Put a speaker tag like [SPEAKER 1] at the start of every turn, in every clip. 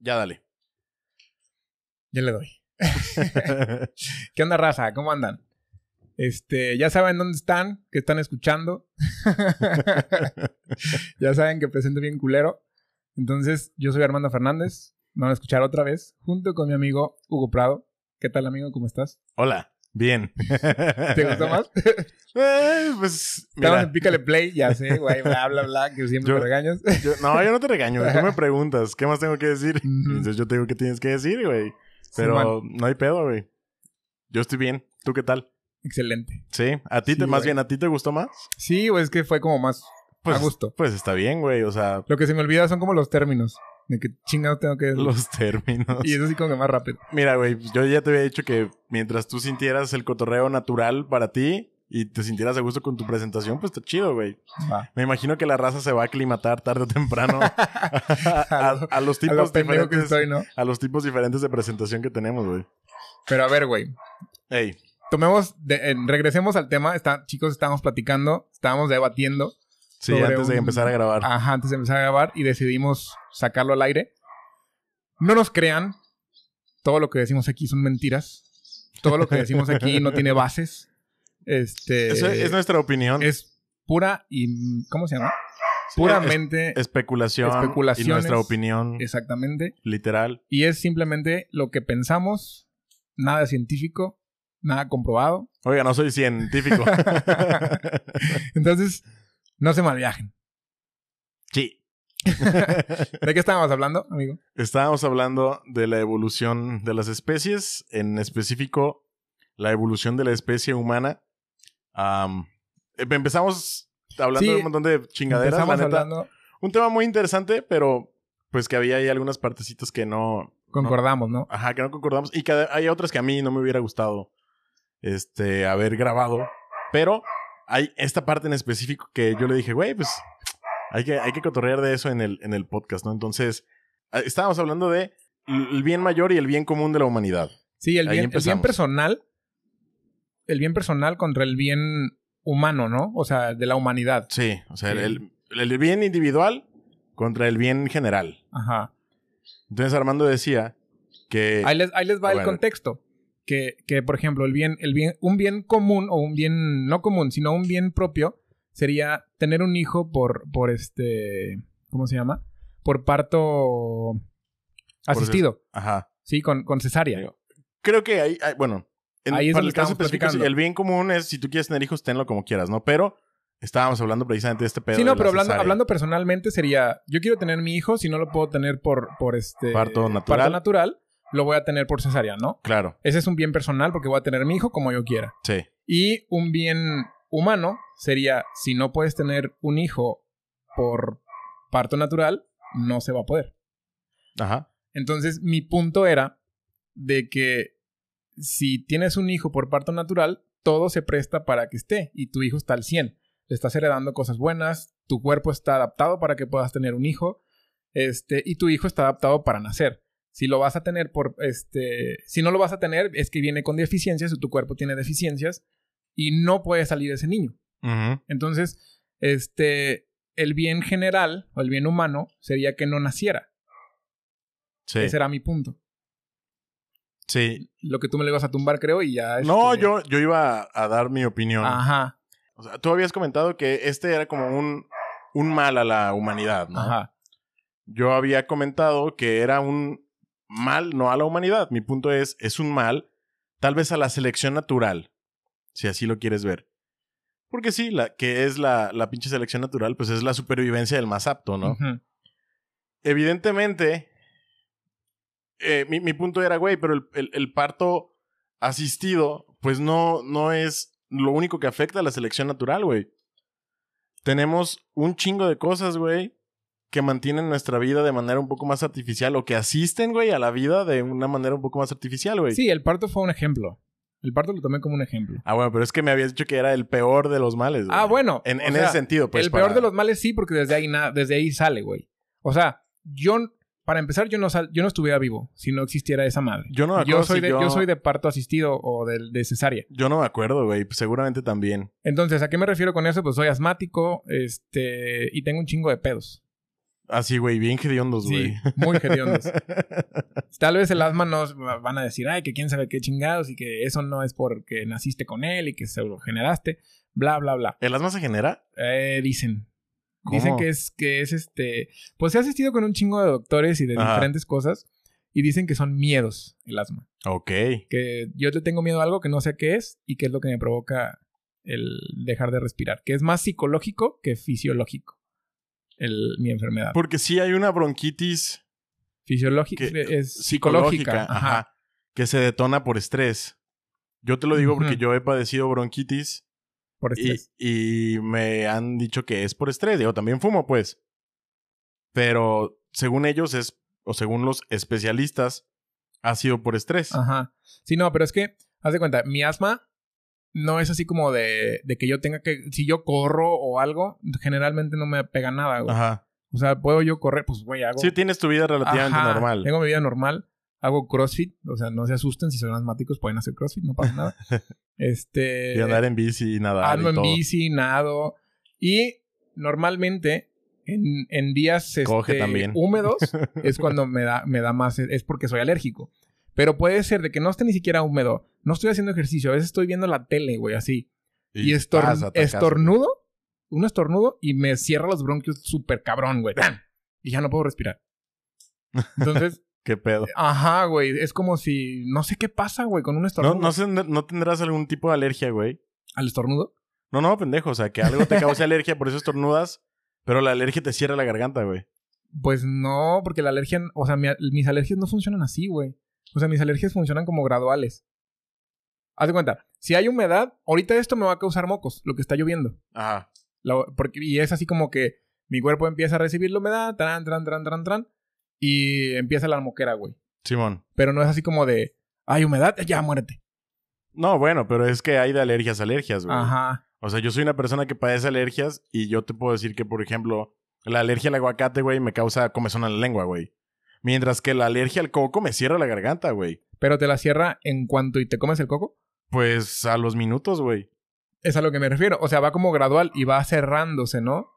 [SPEAKER 1] Ya dale.
[SPEAKER 2] Yo le doy. ¿Qué onda, raza? ¿Cómo andan? Este, ya saben dónde están, que están escuchando. ya saben que presento bien culero. Entonces, yo soy Armando Fernández. Me van a escuchar otra vez junto con mi amigo Hugo Prado. ¿Qué tal, amigo? ¿Cómo estás?
[SPEAKER 1] Hola. Bien.
[SPEAKER 2] ¿Te gustó más?
[SPEAKER 1] Eh, pues,
[SPEAKER 2] Estamos
[SPEAKER 1] mira,
[SPEAKER 2] en Pícale Play, ya sé, güey, bla, bla, bla, que siempre
[SPEAKER 1] Yo-
[SPEAKER 2] me regañas.
[SPEAKER 1] yo- no, yo no te regaño, güey. Tú me preguntas, ¿qué más tengo que decir?
[SPEAKER 2] Ujú.
[SPEAKER 1] Entonces yo te digo qué tienes que decir, güey.
[SPEAKER 2] Simón.
[SPEAKER 1] Pero no hay pedo, güey. Yo estoy bien. ¿Tú qué tal?
[SPEAKER 2] Excelente.
[SPEAKER 1] Sí. ¿A ti,
[SPEAKER 2] Sí,
[SPEAKER 1] te, más
[SPEAKER 2] güey.
[SPEAKER 1] bien, a ti te gustó más?
[SPEAKER 2] Sí, güey, es que fue como más
[SPEAKER 1] Pues,
[SPEAKER 2] a gusto.
[SPEAKER 1] Pues está bien, güey. O sea,
[SPEAKER 2] Lo que se me olvida son como los términos. De que chingado tengo que decir.
[SPEAKER 1] los términos.
[SPEAKER 2] Y eso sí como que más rápido.
[SPEAKER 1] Mira, güey, yo ya te había dicho que mientras tú sintieras el cotorreo natural para ti y te sintieras a gusto con tu presentación, pues está chido, güey.
[SPEAKER 2] Va.
[SPEAKER 1] Me imagino que la raza se va a aclimatar tarde o temprano a, a- a los
[SPEAKER 2] A
[SPEAKER 1] tipos
[SPEAKER 2] lo pendejo que
[SPEAKER 1] diferentes,
[SPEAKER 2] estoy, ¿no?
[SPEAKER 1] a los tipos diferentes de presentación que tenemos, güey.
[SPEAKER 2] Pero a ver, güey.
[SPEAKER 1] Ey,
[SPEAKER 2] Tomemos, de- en- regresemos al tema. Está, chicos, estábamos platicando, estábamos debatiendo.
[SPEAKER 1] sí,
[SPEAKER 2] Sobre
[SPEAKER 1] antes de
[SPEAKER 2] un- Ah,
[SPEAKER 1] empezar a grabar.
[SPEAKER 2] Ajá, antes de empezar a grabar y decidimos sacarlo al aire. No nos crean. Todo lo que decimos aquí son mentiras. Todo lo que decimos aquí no tiene bases. Este.
[SPEAKER 1] Eso es nuestra opinión,
[SPEAKER 2] es pura y. ¿Cómo se llama?
[SPEAKER 1] Sí,
[SPEAKER 2] Puramente.
[SPEAKER 1] es- especulación y
[SPEAKER 2] especulaciones.
[SPEAKER 1] nuestra opinión
[SPEAKER 2] exactamente.
[SPEAKER 1] literal.
[SPEAKER 2] Y es simplemente lo que pensamos. Nada científico. Nada comprobado.
[SPEAKER 1] Oiga, no soy científico.
[SPEAKER 2] Entonces, no se malviajen.
[SPEAKER 1] sí.
[SPEAKER 2] ¿De qué estábamos hablando, amigo?
[SPEAKER 1] Estábamos hablando de la evolución de las especies, en específico la evolución de la especie humana. Am, em- empezamos hablando
[SPEAKER 2] Sí,
[SPEAKER 1] de un montón de chingaderas, la
[SPEAKER 2] Empezamos
[SPEAKER 1] neta.
[SPEAKER 2] hablando.
[SPEAKER 1] Un tema muy interesante, pero pues que había ahí algunas partecitas que no,
[SPEAKER 2] Concordamos, ¿no?
[SPEAKER 1] ajá, que no concordamos y que hay otras que a mí no me hubiera gustado este haber grabado, pero hay esta parte en específico que yo le dije, güey, pues hay que, hay que cotorrear de eso en el, en el podcast, ¿no? Entonces, a- estábamos hablando de l- el bien mayor y el bien común de la humanidad.
[SPEAKER 2] Sí, el
[SPEAKER 1] Ahí
[SPEAKER 2] bien, el bien
[SPEAKER 1] empezamos.
[SPEAKER 2] personal. El bien personal contra el bien humano, ¿no? O sea, de la humanidad.
[SPEAKER 1] Sí, o sea,
[SPEAKER 2] Sí.
[SPEAKER 1] el, el bien individual contra el bien general.
[SPEAKER 2] Ajá.
[SPEAKER 1] Entonces Armando decía que...
[SPEAKER 2] Ahí les, ahí les va el
[SPEAKER 1] Bueno.
[SPEAKER 2] contexto. Que, que, por ejemplo, el bien, el bien, un bien común o un bien no común, sino un bien propio sería tener un hijo por, por este, ¿cómo se llama? Por parto asistido,
[SPEAKER 1] Ajá.
[SPEAKER 2] sí, con, con cesárea.
[SPEAKER 1] Creo que ahí, ahí- bueno, en,
[SPEAKER 2] Ahí es
[SPEAKER 1] para
[SPEAKER 2] donde
[SPEAKER 1] el caso
[SPEAKER 2] estábamos
[SPEAKER 1] específico,
[SPEAKER 2] platicando.
[SPEAKER 1] sí, el bien común es si tú quieres tener hijos, tenlo como quieras, ¿no? Pero estábamos hablando precisamente de este pedo.
[SPEAKER 2] Sí, no,
[SPEAKER 1] de la
[SPEAKER 2] pero hablando,
[SPEAKER 1] cesárea.
[SPEAKER 2] hablando personalmente sería, yo quiero tener mi hijo, si no lo puedo tener por, por este
[SPEAKER 1] Parto natural.
[SPEAKER 2] parto natural, lo voy a tener por cesárea, ¿no?
[SPEAKER 1] Claro,
[SPEAKER 2] Ese es un bien personal porque voy a tener mi hijo como yo quiera.
[SPEAKER 1] sí.
[SPEAKER 2] Y un bien humano sería, si no puedes tener un hijo por parto natural, no se va a poder.
[SPEAKER 1] Ajá.
[SPEAKER 2] Entonces, mi punto era de que si tienes un hijo por parto natural, todo se presta para que esté y tu hijo está al 100. Le estás heredando cosas buenas, tu cuerpo está adaptado para que puedas tener un hijo, este, y tu hijo está adaptado para nacer. Si lo vas a tener por este, si no lo vas a tener es que viene con deficiencias o tu cuerpo tiene deficiencias y no puede salir ese niño.
[SPEAKER 1] Ujú.
[SPEAKER 2] Entonces, este, el bien general o el bien humano sería que no naciera.
[SPEAKER 1] Sí.
[SPEAKER 2] Ese era mi punto.
[SPEAKER 1] Sí.
[SPEAKER 2] lo que tú me le ibas a tumbar, creo, y ya.
[SPEAKER 1] No,
[SPEAKER 2] este,
[SPEAKER 1] yo, yo iba a, a dar mi opinión.
[SPEAKER 2] Ajá,
[SPEAKER 1] O sea, tú habías comentado que este era como un, un mal a la humanidad, ¿no?
[SPEAKER 2] ajá.
[SPEAKER 1] Yo había comentado que era un mal, no a la humanidad. Mi punto es, es un mal, tal vez a la selección natural, si así lo quieres ver. Porque sí, la, que es la, la pinche selección natural, pues es la supervivencia del más apto, ¿no?
[SPEAKER 2] ujú.
[SPEAKER 1] Evidentemente, eh, mi, mi punto era, güey, pero el, el- el parto asistido, pues no, no es lo único que afecta a la selección natural, güey. Tenemos un chingo de cosas, güey, que mantienen nuestra vida de manera un poco más artificial o que asisten, güey, a la vida de una manera un poco más artificial, güey.
[SPEAKER 2] Sí, el parto fue un ejemplo. El parto lo tomé como un ejemplo.
[SPEAKER 1] Ah, bueno, pero es que me habías dicho que era el peor de los males, güey.
[SPEAKER 2] Ah, bueno.
[SPEAKER 1] En,
[SPEAKER 2] o
[SPEAKER 1] en
[SPEAKER 2] sea,
[SPEAKER 1] ese sentido, pues.
[SPEAKER 2] el peor
[SPEAKER 1] para-
[SPEAKER 2] de los males sí, porque desde ahí, na- desde ahí sale, güey. O sea, yo, para empezar, yo no, sal- yo no estuviera vivo si no existiera esa madre.
[SPEAKER 1] Yo no me acuerdo
[SPEAKER 2] yo soy,
[SPEAKER 1] si
[SPEAKER 2] de,
[SPEAKER 1] yo-
[SPEAKER 2] yo soy de parto asistido o de, de cesárea.
[SPEAKER 1] Yo no me acuerdo, güey. Seguramente también.
[SPEAKER 2] Entonces, ¿a qué me refiero con eso? Pues soy asmático este, y tengo un chingo de pedos.
[SPEAKER 1] Así, güey, bien hediondos, güey.
[SPEAKER 2] Sí, muy hediondos. Tal vez el asma nos va- van a decir, ay, que quién sabe qué chingados y que eso no es porque naciste con él y que se lo generaste, bla, bla, bla.
[SPEAKER 1] ¿El asma se genera?
[SPEAKER 2] Eh, dicen.
[SPEAKER 1] ¿Cómo?
[SPEAKER 2] Dicen que es, que es este. Pues se ha asistido con un chingo de doctores y de
[SPEAKER 1] Ajá.
[SPEAKER 2] diferentes cosas. Y dicen que son miedos el asma.
[SPEAKER 1] Ok.
[SPEAKER 2] Que yo le tengo miedo a algo que no sé qué es y que es lo que me provoca el dejar de respirar. Que es más psicológico que fisiológico. El, mi enfermedad.
[SPEAKER 1] Porque sí hay una bronquitis
[SPEAKER 2] Fisiológica.
[SPEAKER 1] que-
[SPEAKER 2] Es
[SPEAKER 1] psicológica,
[SPEAKER 2] psicológica.
[SPEAKER 1] ajá,
[SPEAKER 2] Ajá.
[SPEAKER 1] que se detona por estrés. Yo te lo digo porque
[SPEAKER 2] Ujú. Pues
[SPEAKER 1] yo he padecido bronquitis
[SPEAKER 2] Por
[SPEAKER 1] y,
[SPEAKER 2] estrés.
[SPEAKER 1] y me han dicho que es por estrés. Yo también fumo, pues. Pero según ellos es, o según los especialistas, ha sido por estrés.
[SPEAKER 2] Ajá. Sí, no, pero es que, haz de cuenta, mi asma no es así como de, de que yo tenga que. Si yo corro o algo, generalmente no me pega nada, güey.
[SPEAKER 1] Ajá.
[SPEAKER 2] O sea, puedo yo correr, pues güey, hago.
[SPEAKER 1] Sí, tienes tu vida relativamente
[SPEAKER 2] Ajá,
[SPEAKER 1] normal.
[SPEAKER 2] Tengo mi vida normal, hago crossfit, o sea, no se asusten si son asmáticos, pueden hacer crossfit, no pasa nada. este.
[SPEAKER 1] Y andar en bici y nadar
[SPEAKER 2] ando
[SPEAKER 1] y
[SPEAKER 2] en
[SPEAKER 1] todo.
[SPEAKER 2] bici, nado. Y normalmente en, en días este,
[SPEAKER 1] Coge también.
[SPEAKER 2] húmedos es cuando me da, me da más, es porque soy alérgico. Pero puede ser de que no esté ni siquiera húmedo, no estoy haciendo ejercicio, a veces estoy viendo la tele, güey, así. Y, estor-
[SPEAKER 1] tas, atacas,
[SPEAKER 2] estornudo, un estornudo y me cierra los bronquios súper cabrón, güey. ¡Pam! Y ya no puedo respirar. Entonces,
[SPEAKER 1] ¿Qué pedo?
[SPEAKER 2] ajá, güey, es como si, no sé qué pasa, güey, con un
[SPEAKER 1] ¿No,
[SPEAKER 2] estornudo.
[SPEAKER 1] no, se- no tendrás algún tipo de alergia, güey?
[SPEAKER 2] ¿Al estornudo?
[SPEAKER 1] No, no, pendejo. O sea, que algo te cause alergia, por eso estornudas. Pero la alergia te cierra la garganta, güey.
[SPEAKER 2] Pues no, porque la alergia, o sea, mi- mis alergias no funcionan así, güey. O sea, mis alergias funcionan como graduales. Haz de cuenta, si hay humedad, ahorita esto me va a causar mocos, lo que está lloviendo.
[SPEAKER 1] Ajá.
[SPEAKER 2] La- porque, y es así como que mi cuerpo empieza a recibir la humedad, tran, tran, tran, tran, tran, y empieza la moquera, güey.
[SPEAKER 1] Simón.
[SPEAKER 2] Pero no es así como de, hay humedad, ya muérete.
[SPEAKER 1] No, bueno, pero es que hay de alergias, a alergias, güey.
[SPEAKER 2] Ajá.
[SPEAKER 1] O sea, yo soy una persona que padece alergias y yo te puedo decir que, por ejemplo, la alergia al aguacate, güey, me causa comezón en la lengua, güey. Mientras que la alergia al coco me cierra la garganta, güey.
[SPEAKER 2] Pero te la cierra en cuanto y te comes el coco.
[SPEAKER 1] Pues a los minutos, güey.
[SPEAKER 2] Es a lo que me refiero. O sea, va como gradual y va cerrándose, ¿no?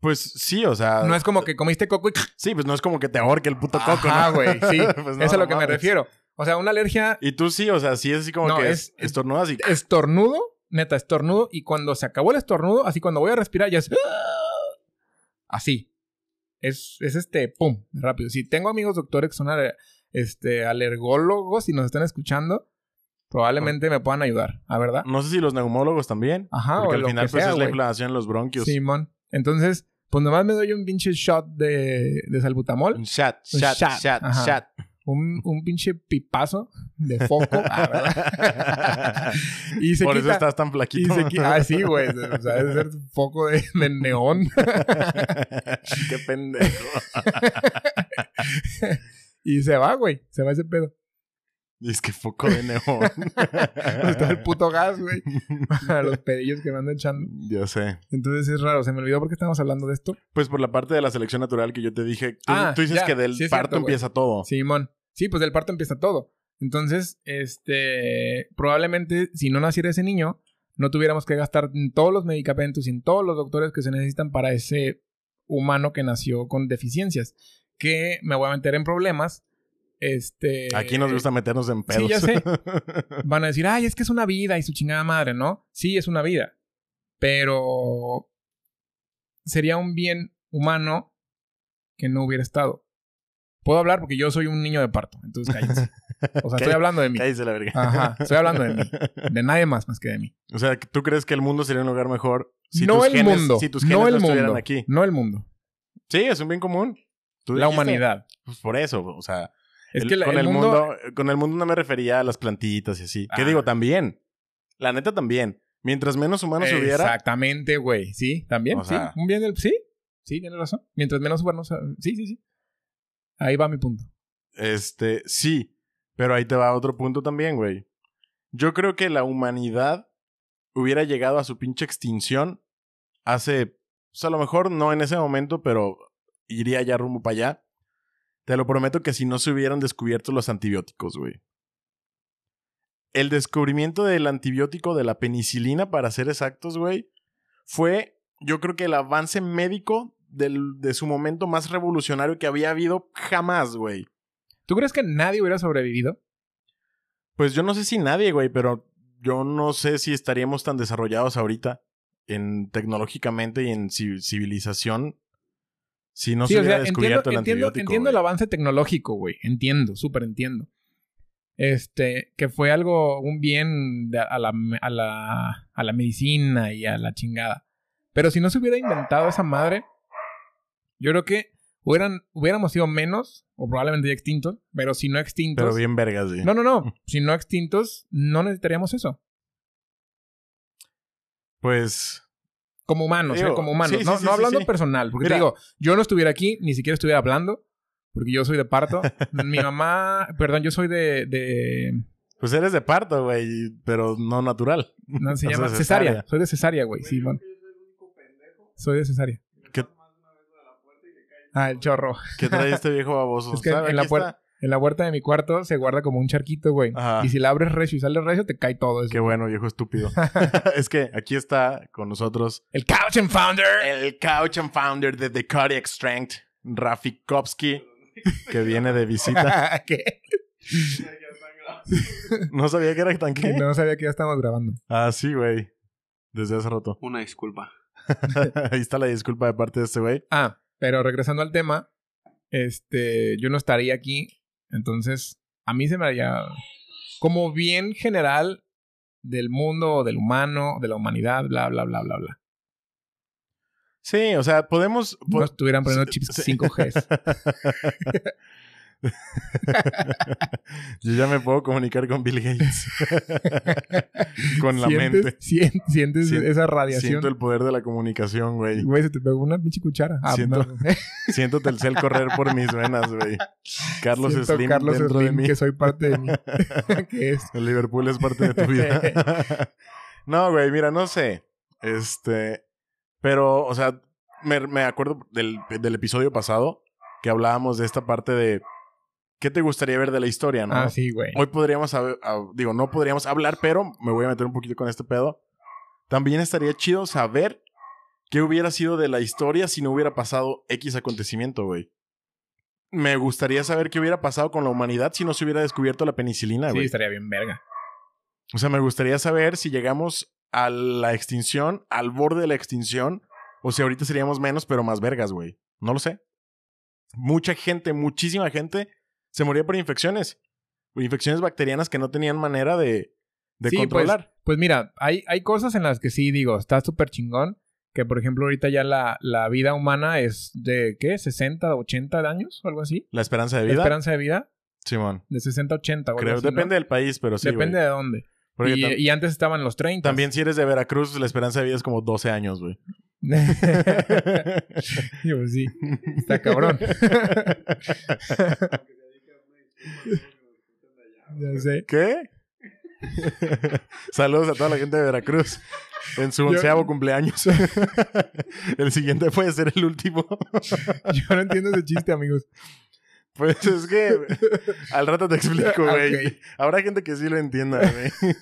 [SPEAKER 1] Pues sí, o sea.
[SPEAKER 2] No es como que comiste coco y...
[SPEAKER 1] Sí, pues no es como que te ahorque el puto coco,
[SPEAKER 2] Ajá,
[SPEAKER 1] ¿no?
[SPEAKER 2] güey, sí.
[SPEAKER 1] Pues no,
[SPEAKER 2] es a lo
[SPEAKER 1] no
[SPEAKER 2] que me
[SPEAKER 1] mames.
[SPEAKER 2] refiero. O sea, una alergia
[SPEAKER 1] Y tú sí, o sea, sí es así como
[SPEAKER 2] No,
[SPEAKER 1] que
[SPEAKER 2] es-
[SPEAKER 1] es- estornudas y.
[SPEAKER 2] estornudo, neta, estornudo, y cuando se acabó el estornudo, así cuando voy a respirar, ya es... ¡ah! Así. Es, es este, pum, rápido. Si tengo amigos doctores que son ale- este, alergólogos y nos están escuchando, probablemente me puedan ayudar, ¿a verdad?
[SPEAKER 1] No sé si los neumólogos también.
[SPEAKER 2] Ajá,
[SPEAKER 1] porque
[SPEAKER 2] o
[SPEAKER 1] al
[SPEAKER 2] lo
[SPEAKER 1] final
[SPEAKER 2] que
[SPEAKER 1] pues
[SPEAKER 2] sea,
[SPEAKER 1] es la
[SPEAKER 2] güey.
[SPEAKER 1] inflamación en los bronquios.
[SPEAKER 2] Simón. Entonces, pues nomás me doy un pinche shot de, de salbutamol,
[SPEAKER 1] Un chat,
[SPEAKER 2] Un
[SPEAKER 1] chat,
[SPEAKER 2] shot,
[SPEAKER 1] chat,
[SPEAKER 2] ajá.
[SPEAKER 1] chat.
[SPEAKER 2] un, un pinche pipazo de foco. Ah, ¿verdad? y se
[SPEAKER 1] Por eso
[SPEAKER 2] quita.
[SPEAKER 1] estás tan
[SPEAKER 2] Y
[SPEAKER 1] flaquito.
[SPEAKER 2] se qui- ah, sí, güey. O sea, debe ser un poco de, de neón.
[SPEAKER 1] Qué pendejo.
[SPEAKER 2] Y se va, güey. Se va ese pedo.
[SPEAKER 1] Es que foco de neón.
[SPEAKER 2] Pues todo el puto gas, güey. Para los pedillos que me ando echando.
[SPEAKER 1] Ya sé.
[SPEAKER 2] Entonces es raro. Se me olvidó por qué estábamos hablando de esto.
[SPEAKER 1] Pues por la parte de la selección natural que yo te dije. Tú,
[SPEAKER 2] Ah,
[SPEAKER 1] tú dices
[SPEAKER 2] ya,
[SPEAKER 1] que del
[SPEAKER 2] sí es
[SPEAKER 1] parto
[SPEAKER 2] cierto, güey.
[SPEAKER 1] empieza todo.
[SPEAKER 2] Simón. Sí, pues del parto empieza todo. Entonces, este... Probablemente, si no naciera ese niño, no tuviéramos que gastar en todos los medicamentos y en todos los doctores que se necesitan para ese humano que nació con deficiencias. Que me voy a meter en problemas. Este...
[SPEAKER 1] Aquí nos gusta meternos en pedos.
[SPEAKER 2] Sí, ya sé. Van a decir, ay, es que es una vida y su chingada madre, ¿no? Sí, es una vida. Pero sería un bien humano que no hubiera estado. Puedo hablar porque yo soy un niño de parto, entonces cállense. O sea, estoy hablando de mí.
[SPEAKER 1] Cállese la verga.
[SPEAKER 2] Ajá, estoy hablando de mí. De nadie más más que de mí.
[SPEAKER 1] O sea, ¿tú crees que el mundo sería un lugar mejor si
[SPEAKER 2] no
[SPEAKER 1] tus
[SPEAKER 2] el
[SPEAKER 1] genes,
[SPEAKER 2] mundo.
[SPEAKER 1] si tus genes
[SPEAKER 2] no
[SPEAKER 1] no,
[SPEAKER 2] el
[SPEAKER 1] estuvieran
[SPEAKER 2] mundo.
[SPEAKER 1] aquí?
[SPEAKER 2] No el mundo.
[SPEAKER 1] Sí, es un bien común. Tú
[SPEAKER 2] La
[SPEAKER 1] dijiste.
[SPEAKER 2] humanidad.
[SPEAKER 1] Pues por eso, o sea,
[SPEAKER 2] Es
[SPEAKER 1] El-
[SPEAKER 2] que la-
[SPEAKER 1] con
[SPEAKER 2] el, mundo,
[SPEAKER 1] con el mundo no me refería a las plantitas y así. Que
[SPEAKER 2] Ah.
[SPEAKER 1] digo, también. La neta también. Mientras menos humanos hubiera,
[SPEAKER 2] Exactamente, güey. Sí, también.
[SPEAKER 1] O
[SPEAKER 2] sí,
[SPEAKER 1] sea-
[SPEAKER 2] un bien del. Sí, sí, tienes razón. Mientras menos humanos. Sí, sí, sí. Ahí va mi punto.
[SPEAKER 1] este, sí. Pero ahí te va otro punto también, güey. Yo creo que la humanidad hubiera llegado a su pinche extinción hace, pues a lo mejor no en ese momento, pero iría ya rumbo para allá. Te lo prometo que si no se hubieran descubierto los antibióticos, güey. El descubrimiento del antibiótico de la penicilina, para ser exactos, güey, fue, yo creo que el avance médico del- de su momento más revolucionario que había habido jamás, güey.
[SPEAKER 2] ¿Tú crees que nadie hubiera sobrevivido?
[SPEAKER 1] Pues yo no sé si nadie, güey, pero yo no sé si estaríamos tan desarrollados ahorita en tecnológicamente y en ci- civilización si no
[SPEAKER 2] sí,
[SPEAKER 1] se
[SPEAKER 2] o
[SPEAKER 1] hubiera
[SPEAKER 2] sea, entiendo,
[SPEAKER 1] descubierto el
[SPEAKER 2] entiendo,
[SPEAKER 1] antibiótico.
[SPEAKER 2] entiendo el
[SPEAKER 1] güey.
[SPEAKER 2] avance tecnológico, güey. Entiendo, súper entiendo. Este, que fue algo, un bien de- a, la, me- a, la, a la medicina y a la chingada. Pero si no se hubiera inventado esa madre, yo creo que hubieran, hubiéramos sido menos, o probablemente ya extintos, pero si no extintos.
[SPEAKER 1] Pero bien vergas, güey.
[SPEAKER 2] No, no, no. Si no extintos, no necesitaríamos eso.
[SPEAKER 1] Pues
[SPEAKER 2] Como humanos,
[SPEAKER 1] Digo,
[SPEAKER 2] ¿eh? Como humanos.
[SPEAKER 1] sí,
[SPEAKER 2] no
[SPEAKER 1] sí,
[SPEAKER 2] no
[SPEAKER 1] sí,
[SPEAKER 2] hablando
[SPEAKER 1] sí.
[SPEAKER 2] personal. Porque te
[SPEAKER 1] Mira.
[SPEAKER 2] digo, yo no estuviera aquí, ni siquiera estuviera hablando, porque yo soy de parto. Mi mamá, perdón, yo soy de. de
[SPEAKER 1] pues eres de parto, güey, pero no natural.
[SPEAKER 2] ¿no se
[SPEAKER 1] O sea,
[SPEAKER 2] llama? Cesárea.
[SPEAKER 1] cesárea.
[SPEAKER 2] Soy de cesárea, güey. Sí, bueno. Soy de cesárea.
[SPEAKER 1] ¿Qué-
[SPEAKER 2] Ah, el chorro.
[SPEAKER 1] ¿Qué trae este viejo baboso?
[SPEAKER 2] Es que
[SPEAKER 1] ¿Sabe?
[SPEAKER 2] en la
[SPEAKER 1] Aquí
[SPEAKER 2] puerta-
[SPEAKER 1] está.
[SPEAKER 2] En la huerta de mi cuarto se guarda como un charquito, güey.
[SPEAKER 1] Ajá.
[SPEAKER 2] Y si la abres recio y sale recio, te cae todo eso.
[SPEAKER 1] Qué bueno, viejo estúpido. es que aquí está con nosotros
[SPEAKER 2] El Couch and Founder.
[SPEAKER 1] el couch and founder de The Cardiac Strength, Rafi Kopsky, que viene de visita.
[SPEAKER 2] ¿Qué?
[SPEAKER 1] No sabía que era tan qué.
[SPEAKER 2] No sabía que ya estábamos grabando.
[SPEAKER 1] Ah, sí, güey. Desde hace rato.
[SPEAKER 3] Una disculpa.
[SPEAKER 1] Ahí está la disculpa de parte de este güey.
[SPEAKER 2] Ah, pero regresando al tema, este, yo no estaría aquí, entonces a mí se me haría como bien general del mundo, del humano, de la humanidad, bla, bla, bla, bla, bla.
[SPEAKER 1] Sí, o sea, podemos. po-
[SPEAKER 2] No estuvieran poniendo
[SPEAKER 1] Pues, sí, sí.
[SPEAKER 2] chips 5G.
[SPEAKER 1] Yo ya me puedo comunicar con Bill Gates. con la
[SPEAKER 2] ¿Sientes,
[SPEAKER 1] mente.
[SPEAKER 2] sien- sientes
[SPEAKER 1] Siento-
[SPEAKER 2] esa radiación?
[SPEAKER 1] Siento el poder de la comunicación, güey.
[SPEAKER 2] Güey, se te pegó una pinche cuchara. Ah,
[SPEAKER 1] Siento-
[SPEAKER 2] no.
[SPEAKER 1] Siento Telcel correr por mis venas, güey. Carlos
[SPEAKER 2] Siento
[SPEAKER 1] Slim
[SPEAKER 2] Carlos
[SPEAKER 1] dentro
[SPEAKER 2] Slim,
[SPEAKER 1] de mí.
[SPEAKER 2] que soy parte de mí. que es
[SPEAKER 1] El Liverpool es parte de tu vida. no, güey, mira, no sé. Este. Pero, o sea, me, me acuerdo del, del episodio pasado que hablábamos de esta parte de. ¿Qué te gustaría ver de la historia, no?
[SPEAKER 2] Ah, sí, güey.
[SPEAKER 1] Hoy podríamos, hab- a- digo, no podríamos hablar, pero me voy a meter un poquito con este pedo. También estaría chido saber qué hubiera sido de la historia si no hubiera pasado X acontecimiento, güey. Me gustaría saber qué hubiera pasado con la humanidad si no se hubiera descubierto la penicilina,
[SPEAKER 2] Sí,
[SPEAKER 1] güey.
[SPEAKER 2] estaría bien verga.
[SPEAKER 1] O sea, me gustaría saber si llegamos a la extinción, al borde de la extinción, o si ahorita seríamos menos, pero más vergas, güey. No lo sé. Mucha gente, muchísima gente se moría por infecciones. Por infecciones bacterianas que no tenían manera de, de
[SPEAKER 2] Sí, pues,
[SPEAKER 1] controlar.
[SPEAKER 2] Pues mira, hay, hay cosas en las que sí digo, está súper chingón. Que por ejemplo, ahorita ya la, la vida humana es de, ¿qué? ¿60, 80 años o algo así?
[SPEAKER 1] La esperanza de
[SPEAKER 2] La
[SPEAKER 1] vida.
[SPEAKER 2] esperanza de vida
[SPEAKER 1] Simón.
[SPEAKER 2] de 60, 80. o algo
[SPEAKER 1] Creo,
[SPEAKER 2] así, ¿no?
[SPEAKER 1] depende del país, pero sí.
[SPEAKER 2] Depende
[SPEAKER 1] güey.
[SPEAKER 2] de dónde.
[SPEAKER 1] Porque
[SPEAKER 2] Y, pues
[SPEAKER 1] tam-
[SPEAKER 2] y antes estaban los 30.
[SPEAKER 1] también si eres de Veracruz, la esperanza de vida es como 12 años, güey.
[SPEAKER 2] Yo, pues, sí, está cabrón. Ya sé.
[SPEAKER 1] ¿Qué? Saludos a toda la gente de Veracruz en su
[SPEAKER 2] Yo-
[SPEAKER 1] onceavo cumpleaños. el siguiente puede ser el último.
[SPEAKER 2] Yo no entiendo ese chiste, amigos.
[SPEAKER 1] Pues es que al rato te explico, güey.
[SPEAKER 2] Ah, Ok.
[SPEAKER 1] Habrá gente que sí lo entienda, güey.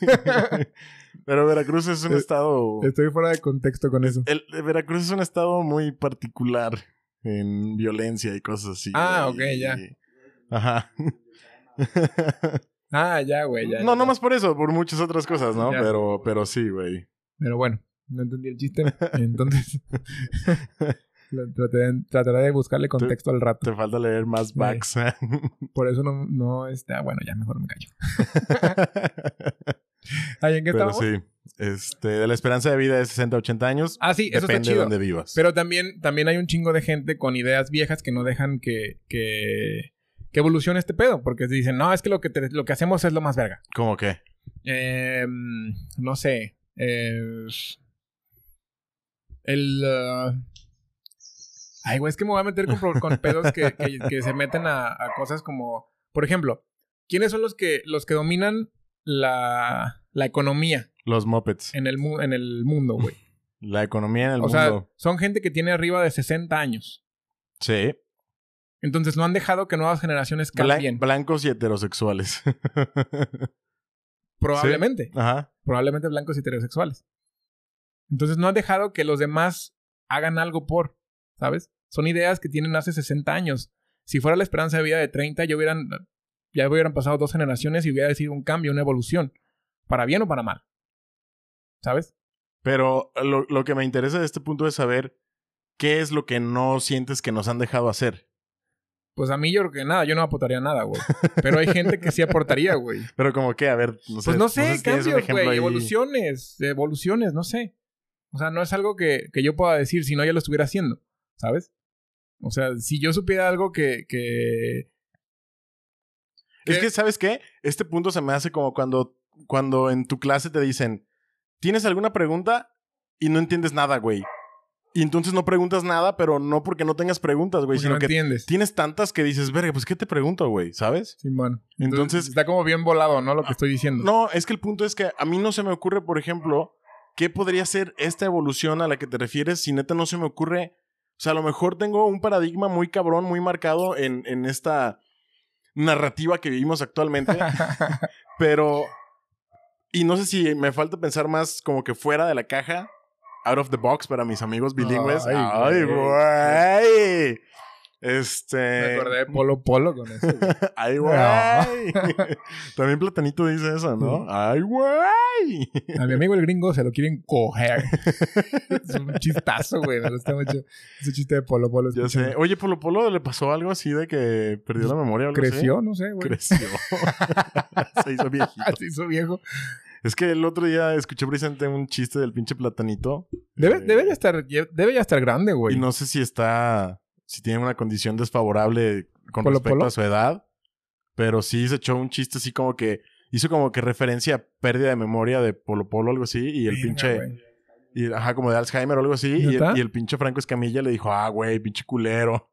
[SPEAKER 1] Pero Veracruz es un
[SPEAKER 2] Eh,
[SPEAKER 1] estado.
[SPEAKER 2] Estoy fuera de contexto con eso.
[SPEAKER 1] el- Veracruz es un estado muy particular en violencia y cosas así.
[SPEAKER 2] Ah,
[SPEAKER 1] güey.
[SPEAKER 2] ok, ya.
[SPEAKER 1] Ajá.
[SPEAKER 2] Ah, ya, güey. Ya,
[SPEAKER 1] no,
[SPEAKER 2] ya.
[SPEAKER 1] no más por eso, por muchas otras cosas, ¿no?
[SPEAKER 2] Ya.
[SPEAKER 1] Pero, pero sí, güey.
[SPEAKER 2] Pero bueno, no entendí el chiste, entonces lo traté- trataré de buscarle contexto al rato.
[SPEAKER 1] Te falta leer más
[SPEAKER 2] Güey.
[SPEAKER 1] backs.
[SPEAKER 2] Por eso no, no está. Bueno, ya mejor me callo. ¿Ahí en qué
[SPEAKER 1] Pero
[SPEAKER 2] estamos?
[SPEAKER 1] sí, este, la esperanza de vida de 60 a 80 años.
[SPEAKER 2] Ah, sí, eso está
[SPEAKER 1] depende de
[SPEAKER 2] chido.
[SPEAKER 1] donde vivas.
[SPEAKER 2] Pero también, también hay un chingo de gente con ideas viejas que no dejan que, que, que evolucione este pedo, porque dicen, no, es que lo que, te- lo que hacemos es lo más verga.
[SPEAKER 1] ¿Cómo qué?
[SPEAKER 2] Eh, mm, no sé. eh, el. ah, ay, güey, es que me voy a meter con, pro- con pedos que, que- que se meten a, a cosas como. Por ejemplo, ¿quiénes son los que, los que dominan la, la economía
[SPEAKER 1] Los mopeds.
[SPEAKER 2] en el, mu- en el mundo, güey?
[SPEAKER 1] La economía en el
[SPEAKER 2] Eh. O
[SPEAKER 1] mundo.
[SPEAKER 2] sea, son gente que tiene arriba de 60 años.
[SPEAKER 1] sí.
[SPEAKER 2] Entonces no han dejado que nuevas generaciones
[SPEAKER 1] Blan-
[SPEAKER 2] cambien.
[SPEAKER 1] blancos y heterosexuales.
[SPEAKER 2] probablemente.
[SPEAKER 1] Ajá.
[SPEAKER 2] probablemente blancos y heterosexuales. Entonces no han dejado que los demás hagan algo por, ¿sabes? Son ideas que tienen hace 60 años. Si fuera la esperanza de vida de 30, ya hubieran, ya hubieran pasado dos generaciones y hubiera sido un cambio, una evolución. Para bien o para mal. ¿Sabes?
[SPEAKER 1] Pero lo, lo que me interesa de este punto es saber qué es lo que no sientes que nos han dejado hacer.
[SPEAKER 2] Pues a mí yo creo que nada, yo no aportaría nada, güey. Pero hay gente que sí aportaría, güey.
[SPEAKER 1] Pero como que, a ver, no sé.
[SPEAKER 2] Pues no
[SPEAKER 1] sé
[SPEAKER 2] sé,
[SPEAKER 1] si tienes un
[SPEAKER 2] cambios,
[SPEAKER 1] ejemplo
[SPEAKER 2] güey,
[SPEAKER 1] ahí.
[SPEAKER 2] evoluciones, evoluciones, no sé. O sea, no es algo que, que yo pueda decir, si no ya lo estuviera haciendo, ¿sabes? O sea, si yo supiera algo que... que...
[SPEAKER 1] Es
[SPEAKER 2] ¿Qué?
[SPEAKER 1] que, ¿sabes qué? Este punto se me hace como cuando, cuando en tu clase te dicen, ¿tienes alguna pregunta? Y no entiendes nada, güey. Y entonces no preguntas nada, pero no porque no tengas preguntas, güey,
[SPEAKER 2] porque
[SPEAKER 1] sino
[SPEAKER 2] no
[SPEAKER 1] que
[SPEAKER 2] entiendes.
[SPEAKER 1] tienes tantas que dices, verga, pues ¿qué te pregunto, güey? ¿Sabes?
[SPEAKER 2] Sí, bueno.
[SPEAKER 1] Entonces- Ah,
[SPEAKER 2] Está como bien volado, ¿no? Lo que estoy diciendo.
[SPEAKER 1] No, es que el punto es que a mí no se me ocurre, por ejemplo, qué podría ser esta evolución a la que te refieres si neta no se me ocurre. O sea, a lo mejor tengo un paradigma muy cabrón, muy marcado en, en esta narrativa que vivimos actualmente, pero... Y no sé si me falta pensar más como que fuera de la caja, out of the box para mis amigos bilingües.
[SPEAKER 2] Ay,
[SPEAKER 1] Ay, güey.
[SPEAKER 2] Me
[SPEAKER 1] Este...
[SPEAKER 2] acordé de Polo Polo con eso. güey.
[SPEAKER 1] ¡Ay,
[SPEAKER 2] No.
[SPEAKER 1] güey! También Platanito dice eso, ¿no?
[SPEAKER 2] Sí.
[SPEAKER 1] ¡Ay, güey!
[SPEAKER 2] A mi amigo el gringo se lo quieren coger. es un chistazo, güey. Me gusta mucho ese chiste de Polo Polo.
[SPEAKER 1] Ya sé.
[SPEAKER 2] escúchame.
[SPEAKER 1] Oye, Polo Polo le pasó algo así de que perdió la memoria o algo así?
[SPEAKER 2] Creció, no sé, güey.
[SPEAKER 1] Creció. Se hizo viejito.
[SPEAKER 2] Se hizo viejo.
[SPEAKER 1] Es que el otro día escuché precisamente un chiste del pinche Platanito.
[SPEAKER 2] Debe,
[SPEAKER 1] Eh,
[SPEAKER 2] debe ya estar, ya- debe ya estar grande, güey.
[SPEAKER 1] Y no sé si está... Si tiene una condición desfavorable con
[SPEAKER 2] ¿Polo
[SPEAKER 1] respecto
[SPEAKER 2] Polo?
[SPEAKER 1] a su edad. Pero sí se echó un chiste así como que... Hizo como que referencia a pérdida de memoria de Polo Polo algo así. Y el
[SPEAKER 2] Verga,
[SPEAKER 1] pinche...
[SPEAKER 2] güey.
[SPEAKER 1] Y, ajá, como de Alzheimer o algo así. Y el,
[SPEAKER 2] ¿Neta?
[SPEAKER 1] y el pinche Franco Escamilla le dijo, ah, güey, pinche culero.